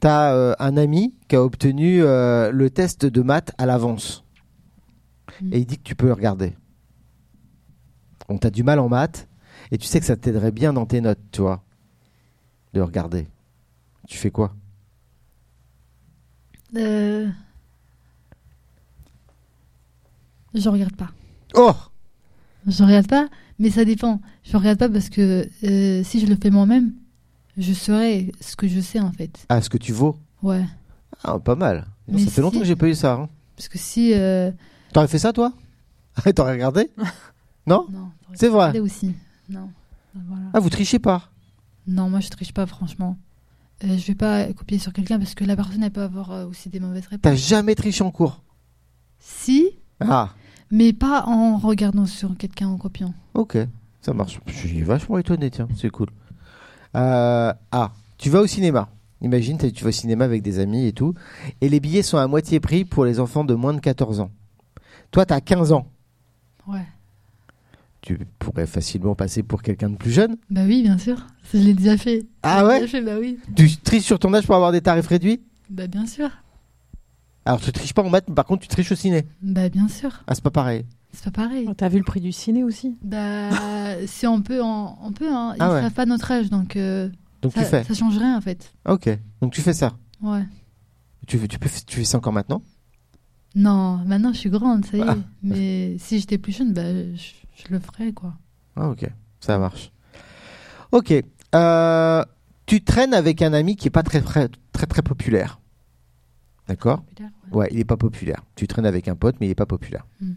C: T'as euh, un ami qui a obtenu euh, le test de maths à l'avance.
A: Mm.
C: Et il dit que tu peux le regarder. On t'a du mal en maths. Et tu sais que ça t'aiderait bien dans tes notes, tu vois. De regarder. Tu fais quoi
A: Euh... Je regarde pas.
C: Oh
A: Je regarde pas, mais ça dépend. Je regarde pas parce que euh, si je le fais moi-même, je saurais ce que je sais en fait.
C: Ah, ce que tu vaux.
A: Ouais.
C: Ah, pas mal.
A: Mais
C: ça fait longtemps
A: si.
C: que j'ai pas eu ça. hein.
A: Parce que si. euh,
C: T'aurais fait ça, toi T'aurais regardé Non
A: Non, t'aurais
C: C'est vrai.
A: regardé aussi. Non. Voilà.
C: Ah, vous trichez pas.
A: Non, moi je triche pas, franchement. Euh, je vais pas copier sur quelqu'un parce que la personne elle peut avoir euh, aussi des mauvaises
C: T'as
A: réponses.
C: jamais triché en cours.
A: Si,
C: Ah,
A: mais pas en regardant sur quelqu'un en copiant.
C: ok. Ça marche. Je suis vachement étonné, tiens. C'est cool. Euh, ah, tu vas au cinéma. Imagine, t'as- tu vas au cinéma avec des amis et tout. Et les billets sont à moitié prix pour les enfants de moins de 14 ans. Toi, t'as 15 ans.
A: Ouais.
C: Tu pourrais facilement passer pour quelqu'un de plus jeune.
A: Bah oui, bien sûr. Ça, Je l'ai déjà fait.
C: Ah
A: Je l'ai
C: ouais
A: déjà fait, Bah oui.
C: Tu triches sur ton âge pour avoir des tarifs réduits
A: Bah bien sûr.
C: Alors, tu triches pas en maths, mais par contre, tu triches au ciné.
A: Bah bien sûr.
C: Ah, c'est pas pareil.
A: C'est pas pareil.
B: oh, T'as vu le prix du ciné aussi
A: Bah si on peut, on, on peut. Hein. Ils
C: Ah ouais.
A: savent pas notre âge, donc euh,
C: Donc,
A: ça,
C: tu fais.
A: ça change rien en fait.
C: Ok. Donc, tu fais ça.
A: Ouais.
C: Tu, fais- tu, peux- tu fais ça encore maintenant
A: Non, maintenant je suis grande, ça y est.
C: Ah.
A: Mais si j'étais plus jeune, bah je, je le ferais quoi.
C: Ah ok, ça marche. Ok, euh, tu traînes avec un ami qui est pas très très très, très populaire. D'accord Ouais, il est pas populaire. Tu traînes avec un pote, mais il est pas populaire.
A: Mm.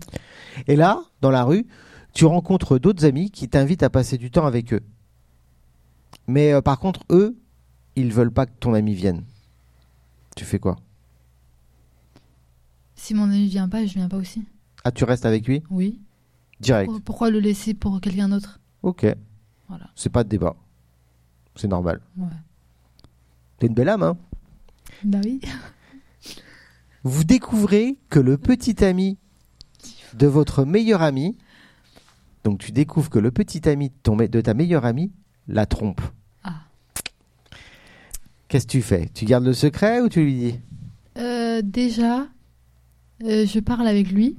C: Et là, dans la rue, tu rencontres d'autres amis qui t'invitent à passer du temps avec eux. Mais euh, par contre, eux, ils veulent pas que ton ami vienne. Tu fais quoi
A: Si mon ami vient pas, je viens pas aussi.
C: Ah, tu restes avec lui
A: Oui.
C: Direct.
A: Pour- Pourquoi le laisser pour quelqu'un d'autre
C: Ok.
A: Voilà.
C: C'est pas de débat. C'est normal.
A: Ouais.
C: T'es une belle âme, hein
A: Bah oui.
C: vous découvrez que le petit ami de votre meilleur ami, donc tu découvres que le petit ami de, ton me- de ta meilleure amie la trompe.
A: Ah.
C: Qu'est-ce que tu fais Tu gardes le secret ou tu lui dis
A: Euh, déjà, euh, je parle avec lui.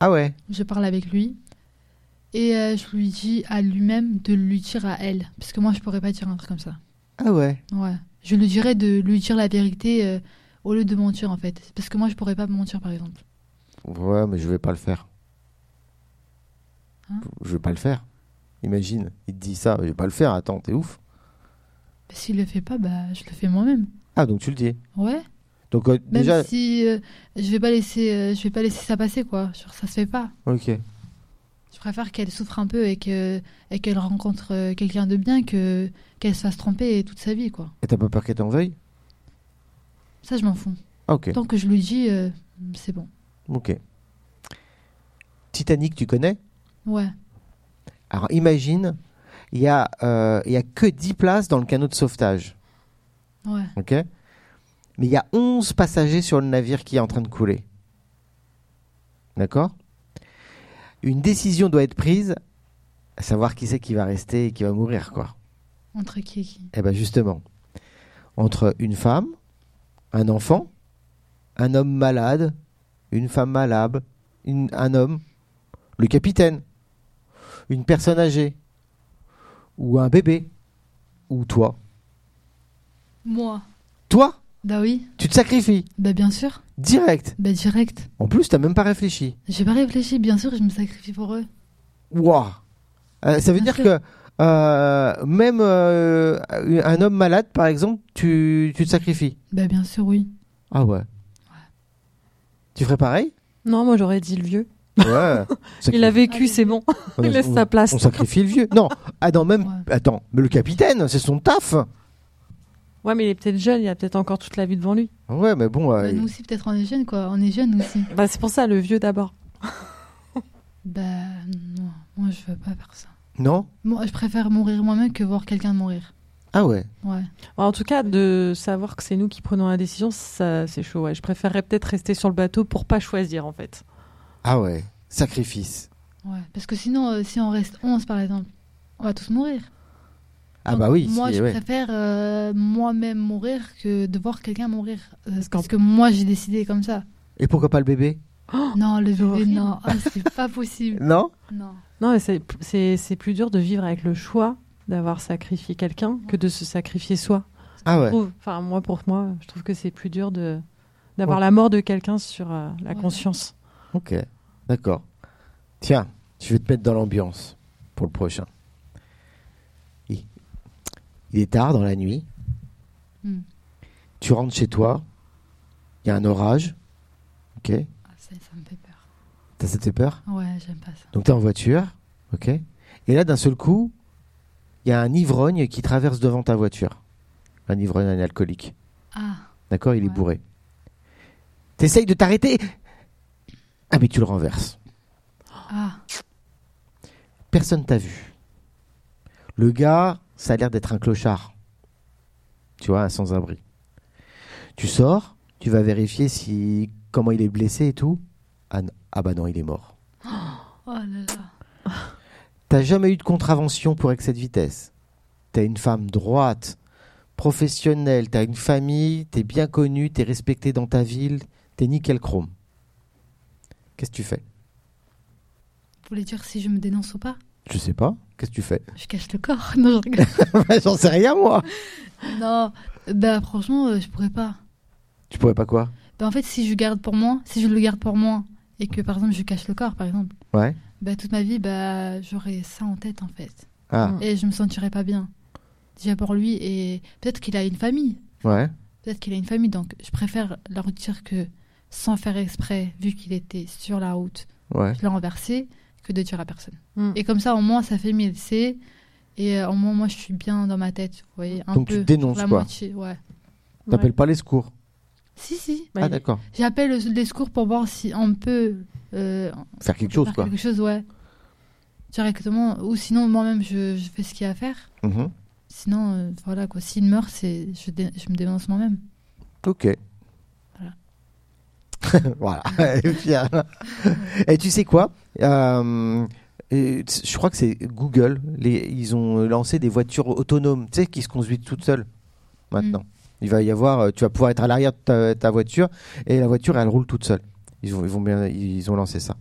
C: Ah ouais
A: Je parle avec lui. Et euh, je lui dis à lui-même de lui dire à elle. Parce que moi, je pourrais pas dire un truc comme ça.
C: Ah ouais
A: Ouais. Je lui dirais de lui dire la vérité euh, au lieu de mentir, en fait. Parce que moi, je pourrais pas mentir, par exemple.
C: Ouais, mais je vais pas le faire.
A: Hein
C: je vais pas le faire. Imagine, il te dit ça, je vais pas le faire, attends, t'es ouf.
A: Bah, S'il le fait pas, bah, je le fais moi-même.
C: Ah, donc tu le dis.
A: Ouais.
C: Donc euh,
A: Même
C: déjà.
A: si euh, je vais pas laisser, euh, je vais pas laisser ça passer, quoi. Genre, ça se fait pas.
C: Ok.
A: Je préfère qu'elle souffre un peu et que et qu'elle rencontre euh, quelqu'un de bien que qu'elle se fasse tromper toute sa vie, quoi.
C: Et t'as pas peur qu'elle t'en veuille
A: Ça, je m'en fous.
C: Ah, ok.
A: Tant que je lui dis, euh, c'est bon.
C: Ok. Titanic, tu connais
A: Ouais.
C: Alors imagine, il y a euh, il y a que 10 places dans le canot de sauvetage,
A: Ouais.
C: ok Mais il y a 11 passagers sur le navire qui est en train de couler. D'accord Une décision doit être prise, à savoir qui c'est qui va rester et qui va mourir, quoi.
A: Entre qui et qui
C: Eh ben justement, entre une femme, un enfant, un homme malade, une femme malade, une- un homme, le capitaine, une personne âgée, ou un bébé, ou toi.
A: Moi.
C: Toi,
A: Bah oui.
C: tu te sacrifies,
A: Bah bien sûr.
C: direct.
A: Bah direct.
C: En plus, t'as même pas réfléchi.
A: J'ai pas réfléchi, bien sûr, je me sacrifie pour eux.
C: Waouh Euh, Ça veut
A: Bien
C: dire
A: sûr.
C: que euh, même euh, un homme malade, par exemple, tu, tu te sacrifies.
A: Bah bien sûr, oui.
C: Ah ouais. Tu ferais pareil
B: Non, moi j'aurais dit le vieux.
C: Ouais.
B: Il a vécu,
A: Ah,
B: c'est bon.
C: On-
B: Il laisse
C: on-
B: sa place.
C: On sacrifie le vieux. Non, ah non, même.
A: Ouais.
C: Attends, mais le capitaine, c'est son taf.
B: Ouais, mais il est peut-être jeune, il a peut-être encore toute la vie devant lui.
C: Ouais, mais bon. euh,
A: Bah, nous aussi, peut-être on est jeunes, quoi. On est jeunes nous aussi.
B: Bah, c'est pour ça, le vieux d'abord.
A: Bah non, moi je veux pas faire ça.
C: Non
A: Moi, je préfère mourir moi-même que voir quelqu'un mourir.
C: Ah ouais.
A: Ouais.
B: Bon, Bah, en tout cas, de savoir que c'est nous qui prenons la décision, ça, c'est chaud. Ouais. Je préférerais peut-être rester sur le bateau pour pas choisir, en fait.
C: Ah ouais. Sacrifice.
A: Ouais. Parce que sinon, euh, si on reste 11 par exemple, on va tous mourir.
C: Ah
A: Donc,
C: bah oui.
A: Moi,
C: si,
A: je
C: ouais.
A: préfère euh, moi-même mourir que de voir quelqu'un mourir. Euh, parce que moi, j'ai décidé comme ça.
C: Et pourquoi pas le bébé
A: Non, le bébé,
B: horrible.
A: non. Ah, c'est pas possible.
C: Non
A: Non.
B: Non, mais c'est- c'est c'est plus dur de vivre avec le choix d'avoir sacrifié quelqu'un que de se sacrifier soi.
C: Ah
B: Je
C: ouais.
B: trouve, enfin, moi, pour moi, je trouve que c'est plus dur de d'avoir la mort de quelqu'un sur euh, la
A: Ouais.
B: conscience.
C: Ok. D'accord. Tiens, je vais te mettre dans l'ambiance pour le prochain. Il il est tard dans la nuit.
A: Hmm.
C: Tu rentres chez toi. Il y a un orage. Ok.
A: Ah, ça, ça me fait peur.
C: T'as ça te fait peur
A: Ouais, j'aime pas ça.
C: Donc t'es en voiture, ok Et là, d'un seul coup, il y a un ivrogne qui traverse devant ta voiture. Un ivrogne, un alcoolique.
A: Ah,
C: D'accord Il est
A: Ouais.
C: bourré. T'essayes de t'arrêter Ah, mais tu le renverses.
A: ah.
C: Personne t'a vu. Le gars, ça a l'air d'être un clochard. Tu vois, un sans-abri. Tu sors, tu vas vérifier si comment il est blessé et tout. Ah, n- ah bah non, il est mort.
A: Oh là là.
C: T'as jamais eu de contravention pour excès de vitesse. T'es une femme droite, professionnelle, t'as une famille, t'es bien connue, t'es respectée dans ta ville, t'es nickel chrome. Qu'est-ce que tu fais
A: Vous voulez dire si je me dénonce ou pas
C: Je sais pas. Qu'est-ce que tu fais
A: Je cache le corps. Non, je rigole.
C: J'en sais rien moi.
A: non. Bah, franchement, euh, je pourrais pas.
C: Tu pourrais pas quoi
A: Bah, en fait, si je garde pour moi, si je le garde pour moi, et que par exemple je cache le corps, par exemple,
C: Ouais.
A: bah, toute ma vie, bah, j'aurais ça en tête en fait.
C: Ah
A: Et je me sentirais pas bien. Déjà pour lui, et peut-être qu'il a une famille.
C: ouais.
A: Peut-être qu'il a une famille, donc je préfère leur dire que sans faire exprès, vu qu'il était sur la route,
C: Ouais.
A: je l'ai renversé, que de dire à personne.
B: Mm.
A: Et comme ça, au moins, ça fait mille C. Et euh, au moins, moi, je suis bien dans ma tête. Vous voyez, un
C: Donc
A: peu.
C: tu te dénonces
A: la
C: quoi
A: moitié, ouais.
C: T'appelles
B: Ouais.
C: pas les secours.
A: Si, si.
B: Bah,
C: ah
B: il-
C: d'accord.
A: J'appelle le- les secours pour voir si on peut euh,
C: Faire quelque
A: faire
C: chose quoi.
A: quelque chose, ouais. Directement. Ou sinon, moi-même, je, je fais ce qu'il y a à faire.
C: Mhm.
A: Sinon, euh, voilà quoi. S'il meurt, c'est je, dé- je me dénonce moi-même.
C: Ok. Voilà. Bien. Et tu sais quoi Euh, et t- Je crois que c'est Google. Les, ils ont lancé des voitures autonomes, tu sais, qui se conduisent toutes seules maintenant. Il va y avoir, euh, tu vas pouvoir être à l'arrière de ta, ta voiture et la voiture elle roule toute seule. Ils ont, ils, vont bien, ils ont lancé ça.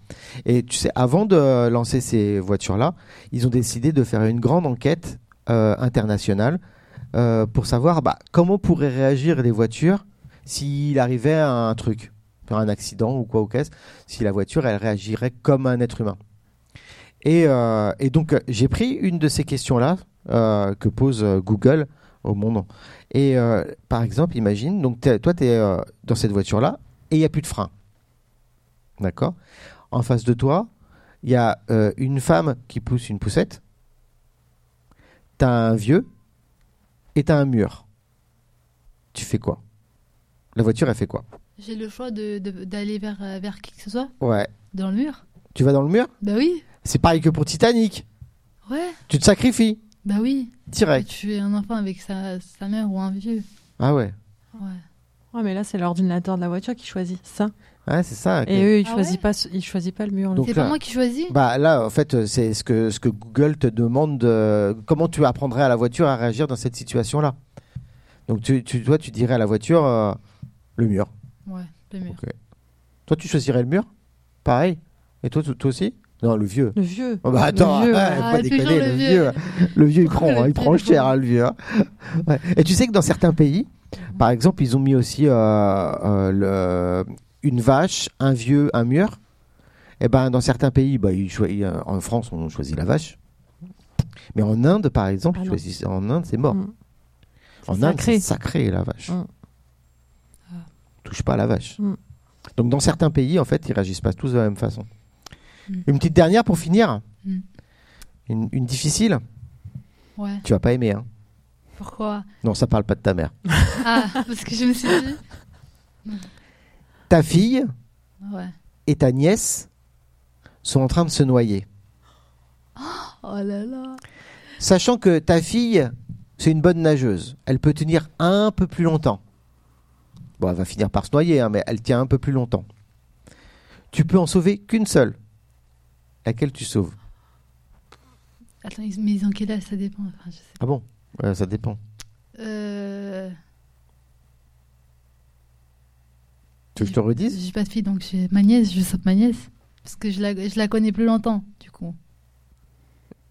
C: Et tu sais, avant de lancer ces voitures-là, ils ont décidé de faire une grande enquête euh, internationale euh, pour savoir bah, comment pourraient réagir les voitures s'il arrivait à un truc, faire un accident ou quoi ou qu'est-ce, si la voiture elle réagirait comme un être humain. Et, euh, et donc euh, j'ai pris une de ces questions-là euh, que pose euh, Google au monde. Et euh, par exemple, imagine, donc t'es- toi tu es dans cette voiture-là et il n'y a plus de frein. D'accord En face de toi, il y a euh, une femme qui pousse une poussette, t'as un vieux et t'as un mur. Tu fais quoi la voiture, elle fait quoi
A: J'ai le choix d'aller de, d'aller vers, euh, vers qui que ce soit
C: Ouais.
A: Dans le mur
C: Tu vas dans le mur
A: Bah oui.
C: C'est pareil que pour Titanic.
A: Ouais,
C: Tu te sacrifies,
A: bah oui.
C: direct.
A: Tu es un enfant avec sa, sa mère ou un vieux.
C: Ah ouais.
A: Ouais.
B: Ouais, mais là, c'est l'ordinateur de la voiture qui choisit ça.
C: Ouais, c'est ça. ok.
B: Et eux, ils
A: Ah
B: choisissent
A: ouais
B: pas, ce- ils choisissent pas le mur.
C: Donc
A: C'est pas
C: là-
A: moi qui choisis
C: Bah là, en fait, c'est ce que, ce que Google te demande. euh, comment tu apprendrais à la voiture à réagir dans cette situation-là Donc tu, tu, toi, tu dirais à la voiture euh, le mur.
A: Ouais, le mur.
C: Toi, tu choisirais le mur Pareil. Et toi, t- toi aussi Non, le vieux.
B: Le vieux.
C: Oh, bah attends,
B: Le vieux,
C: ouais,
B: ouais.
C: faut
A: Ah,
C: pas
A: toujours
C: déconner,
A: le
C: le
A: vieux.
C: vieux. Le vieux, il prend, hein,
A: Le
C: il prend
A: vieux.
C: cher, hein, le vieux. hein. Ouais. Et tu sais que dans certains pays, par exemple, ils ont mis aussi euh, euh, le- une vache, un vieux, un mur. Et ben, dans certains pays, bah, ils choi- euh, en France, on choisit la vache. Mais en Inde, par exemple,
B: Ah
C: ils
B: non.
C: choisissent- en Inde, c'est mort.
B: Mm. C'est
C: oh. En Inde,
B: sacré.
C: c'est sacré la vache.
B: Mm.
A: Ah.
C: Touche pas à la vache.
B: Mm.
C: Donc dans certains pays, en fait, ils réagissent pas tous de la même façon.
A: Mm.
C: Une petite dernière pour finir.
A: Mm.
C: Une, une difficile.
A: Ouais.
C: Tu vas pas aimer. Hein.
A: Pourquoi
C: Non, ça parle pas de ta mère.
A: Ah, parce que je me suis dit.
C: Ta fille
A: Ouais.
C: et ta nièce sont en train de se noyer.
A: Oh là là.
C: Sachant que ta fille, c'est une bonne nageuse. Elle peut tenir un peu plus longtemps. Bon, elle va finir par se noyer, hein, mais elle tient un peu plus longtemps. Tu peux en sauver qu'une seule. Laquelle tu sauves
A: Attends, ils- mais ils ont quel âge Ça dépend. Enfin, je sais.
C: Ah bon Ouais, Ça dépend.
A: Euh,
C: Tu veux que je te redise
A: j'ai pas de fille, donc j'ai ma nièce, je saute ma nièce. Parce que je la, je la connais plus longtemps, du coup.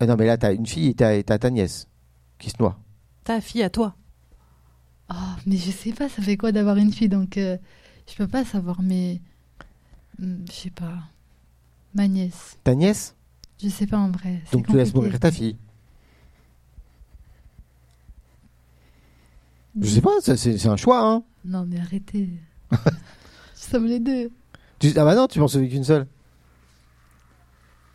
C: Ah Non, mais là, t'as une fille et t'as, et t'as ta nièce qui se noie.
B: Ta fille à toi.
A: Oh, mais je sais pas, ça fait quoi d'avoir une fille, donc euh, je peux pas savoir, mais. Hmm, Je sais pas. Ma nièce.
C: Ta nièce
A: Je sais pas en vrai. c'est
C: Donc tu laisses
A: compliqué.
C: mourir ta fille. Je sais pas, ça, c'est, c'est un choix. Hein.
A: Non, mais arrêtez. Nous sommes les deux.
C: Tu- ah bah non, tu m'en sauver qu'une seule.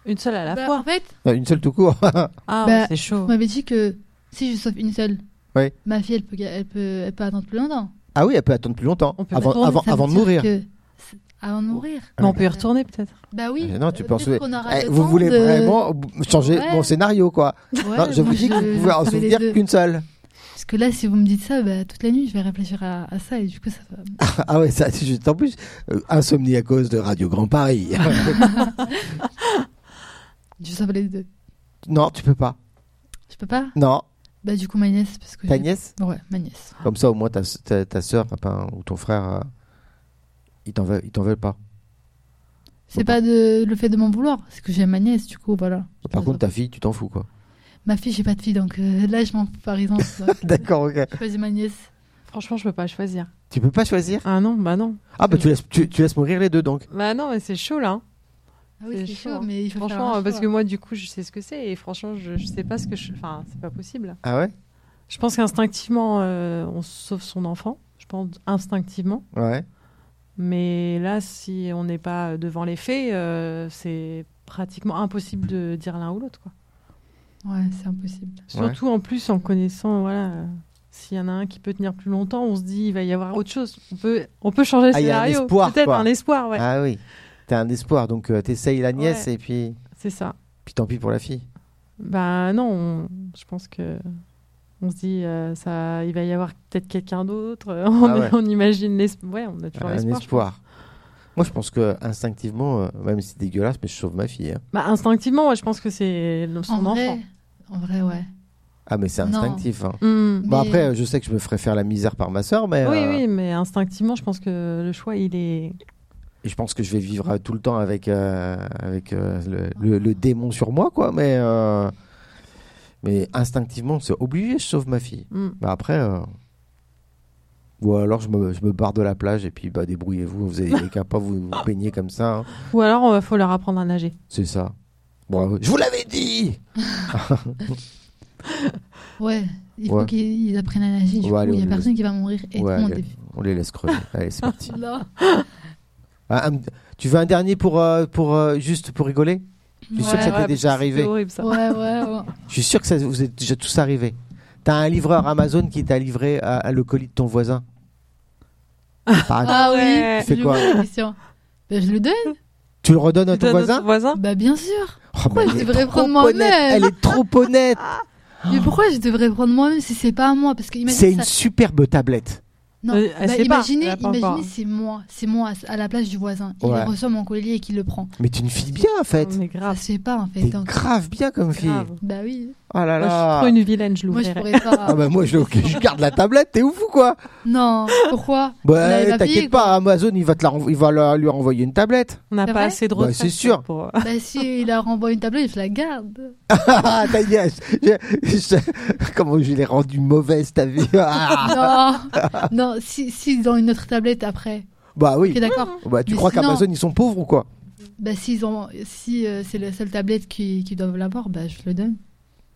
B: Une seule à la
A: Bah,
B: fois.
A: en fait,
C: Non, une seule tout court.
B: Ah,
A: Bah,
B: ouais, c'est chaud.
A: vous m'avez dit que si je sauve une seule,
C: Ouais.
A: ma fille, elle peut, ga- elle, peut, elle peut attendre plus longtemps.
C: ah oui, elle peut attendre plus longtemps.
B: On peut
C: Avant,
B: attendre,
C: avant,
A: Ça veut
C: avant de
A: dire
C: mourir.
A: que c'est- Avant de mourir.
B: Mais on peut y retourner peut-être.
A: Bah oui.
C: Mais non, tu
A: euh,
C: peux en
A: peut-être
C: sauver.
A: qu'on aura
C: Eh,
A: le
C: vous
A: temps
C: voulez
A: de-
C: vraiment changer
A: Ouais.
C: mon scénario, quoi.
A: Ouais,
C: non, je
A: moi,
C: vous dis que vous pouvez en
A: je savais les
C: souvenir
A: deux.
C: qu'une seule.
A: Parce que là, si vous me dites ça, bah, toute la nuit, je vais réfléchir à, à ça et du coup, ça va.
C: Ah ouais, ça, c'est juste en plus. euh, insomnie à cause de Radio Grand Paris.
A: Je sauve les deux.
C: non, tu peux pas.
A: Je peux pas
C: Non,
A: Bah, du coup, ma nièce. Parce que
C: ta
A: j'ai-
C: nièce
A: Ouais, ma nièce.
C: Comme ça, au moins, ta, ta, ta soeur ou ton frère, euh, ils t'en veulent, ils t'en veulent pas.
A: C'est pas de... le fait de m'en vouloir, c'est que j'aime ma nièce, du coup, voilà.
C: Par
A: Je-
C: contre, ta fille, tu t'en fous, quoi.
A: Ma fille, j'ai pas de fille, donc euh, là, je m'en fous, par exemple. Je
C: D'accord, ok.
A: choisis ma nièce.
B: Franchement, je peux pas choisir.
C: Tu peux pas choisir
B: Ah non, bah non.
C: Ah, bah, tu laisses, tu, tu laisses mourir les deux, donc.
B: Bah non, mais c'est chaud là. hein.
A: Ah oui,
B: C'est
A: c'est
B: chaud,
A: chaud,
B: hein.
A: mais il faut
B: Franchement,
A: faire un
B: euh, parce que
A: choix.
B: moi, du coup, je sais ce que c'est et franchement, je, je sais pas ce que je. Enfin, c'est pas possible.
C: Ah ouais
B: Je pense qu'instinctivement, euh, on sauve son enfant. Je pense instinctivement.
C: Ouais.
B: Mais là, si on n'est pas devant les faits, euh, c'est pratiquement impossible de dire l'un ou l'autre. quoi.
A: Ouais, c'est impossible.
B: Surtout en plus en connaissant, voilà, euh, s'il y en a un qui peut tenir plus longtemps, on se dit il va y avoir autre chose. On peut, on peut changer le
C: Ah, il y a un
B: scénario.
C: espoir,
B: Peut-être
C: quoi.
B: un espoir, ouais.
C: Ah oui. T'as un espoir, donc euh, t'essayes la nièce et puis.
B: C'est ça.
C: Puis tant pis pour la fille.
B: Bah non, on- je pense que on se dit euh, ça, il va y avoir peut-être quelqu'un d'autre. on,
C: Ah, ouais.
B: on imagine l'espoir. Ouais, on a toujours
C: un
B: l'espoir. je
C: espoir. Moi, je pense que instinctivement, euh, même si c'est dégueulasse, mais je sauve ma fille. hein.
B: pense. Bah, instinctivement, ouais, je pense que c'est le- son
A: en
B: enfant.
A: vrai, en vrai, ouais.
C: Ah, mais c'est
A: Non.
C: instinctif. hein.
B: Hmm.
C: Bon,
A: Mais-
C: après, euh, je sais que je me ferais faire la misère par ma soeur, mais.
B: Oui,
C: euh,
B: oui, mais instinctivement, je pense que le choix, il est.
C: Et je pense que je vais vivre euh, tout le temps avec, euh, avec euh, le, le- le démon sur moi, quoi. Mais, euh, mais instinctivement, c'est obligé, je sauve ma fille.
B: Hmm.
C: Bah après. euh, Ou alors je me, je me barre de la plage et puis bah débrouillez-vous, vous avez capable, vous vous baignez comme ça. hein.
B: Ou alors, il faut leur apprendre à nager.
C: C'est ça. Bon, euh, je vous l'avais dit
A: Ouais, il
C: Ouais.
A: faut qu'ils apprennent à nager, du
C: Ouais, allez,
A: coup, il y
C: on
A: a
C: les
A: personne qui va mourir et tout
C: Ouais,
A: le monde
C: allez.
A: est-
C: On les laisse crever. Allez, c'est parti.
A: Là.
C: Ah, un- tu veux un dernier pour, euh, pour euh, juste pour rigoler Je suis sûr que ça
A: Euh, Ouais,
C: t'est déjà arrivé.
B: C'est horrible ça.
A: Ouais, ouais, ouais.
C: Je suis sûr que ça vous êtes déjà tous arrivés. T'as un livreur Amazon qui t'a livré euh, le colis de ton voisin. Par exemple.
A: Ah
B: ouais.
A: oui,
C: Tu fais
A: je
C: quoi
A: vois la question. Bah, je le donne
C: tu le redonnes à
B: Tu
C: ton
B: donnes à
C: voisin
B: ton voisin
A: Bah bien sûr.
C: Oh,
A: Pourquoi je
C: elle est
A: devrais
C: trop
A: prendre
C: honnête,
A: moi-même
C: Elle est trop honnête.
B: Ah,
A: Mais pourquoi je devrais prendre moi-même si c'est pas à moi Parce que imagine
C: Oh. C'est
A: ça-
C: une superbe tablette.
A: Non,
B: Euh, elle
A: bah,
B: sait pas,
A: imaginez,
B: elle a pas
A: imaginez,
B: encore.
A: c'est moi, c'est moi à la place du voisin. Il
C: Ouais.
A: reçoit mon collier et qu'il le prend.
C: Mais tu une fille bien en fait.
B: Oh, Mais
A: Ça
B: grave.
A: se fait pas en fait.
C: T'es
A: donc-
C: grave bien comme fille.
B: grave.
A: bah oui.
C: Oh là
B: Moi, je suis
C: là.
B: trop une vilaine, je
A: Moi je
B: l'ouvrirais.
A: pourrais pas.
C: Ah bah moi je, ok, je garde la tablette, t'es ouf ou quoi
A: Non, pourquoi l'avait
C: Bah
A: pas payé,
C: t'inquiète pas, Amazon il va te la renvo- il va la- lui renvoyer une tablette.
B: On n'a
A: C'est
B: pas
A: vrai
B: assez de retraite
C: c'est sûr.
B: pour- euh,
A: Bah si il la renvoie une tablette, je la garde.
C: Ah t'as dit, je- je- comment je l'ai rendue mauvaise ta vie. Ah.
A: Non, non, si, si dans une autre tablette après.
C: bah oui.
A: Ok d'accord.
C: Bah tu
A: Mais
C: crois
A: sinon-
C: qu'Amazon ils sont pauvres ou quoi
A: Bah s'ils ont, si euh, c'est la seule tablette qui, qui doivent l'avoir, bah je le donne.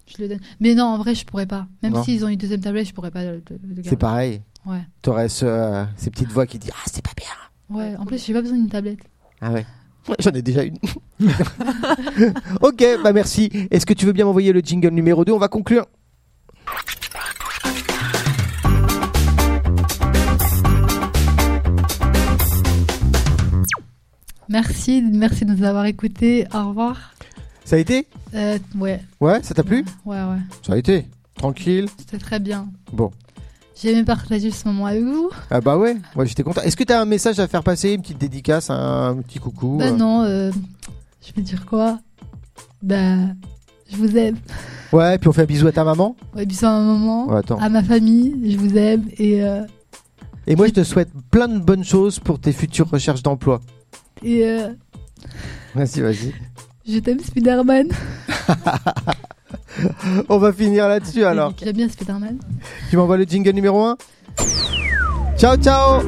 A: Je le donne. Mais non, en vrai, je pourrais pas. Même
C: Non.
A: s'ils ont une deuxième tablette, je pourrais pas le, le- le garder.
C: C'est pareil.
A: Ouais.
C: T'aurais ce- euh, ces petites voix qui disent ah c'est pas bien.
A: Ouais. En plus, j'ai pas besoin d'une tablette.
C: Ah ouais. J'en ai déjà une. ok, bah merci. Est-ce que tu veux bien m'envoyer le jingle numéro 2 On va conclure.
A: Merci, merci de nous avoir écoutés. Au revoir.
C: Ça a été
A: Euh, ouais.
C: Ouais, ça t'a plu
A: Ouais, ouais.
C: Ça a été. Tranquille.
A: C'était très bien.
C: Bon.
A: J'ai aimé partager ce moment avec vous.
C: Ah bah ouais, moi j'étais content. Est-ce que t'as un message à faire passer, une petite dédicace, un petit coucou
A: Bah
C: euh
A: non, euh, je vais dire quoi Bah, je vous aime.
C: Ouais, puis on fait un bisou à ta maman.
A: Ouais, bisous à un moment.
C: Ouais, attends.
A: À ma famille, je vous aime. Et, euh,
C: Et moi je te souhaite plein de bonnes choses pour tes futures recherches d'emploi.
A: et euh,
C: Vas-y, vas-y.
A: je t'aime, Spider-Man.
C: on va finir là-dessus alors.
A: J'aime bien Spider-Man.
C: Tu m'envoies le jingle numéro 1 Ciao, ciao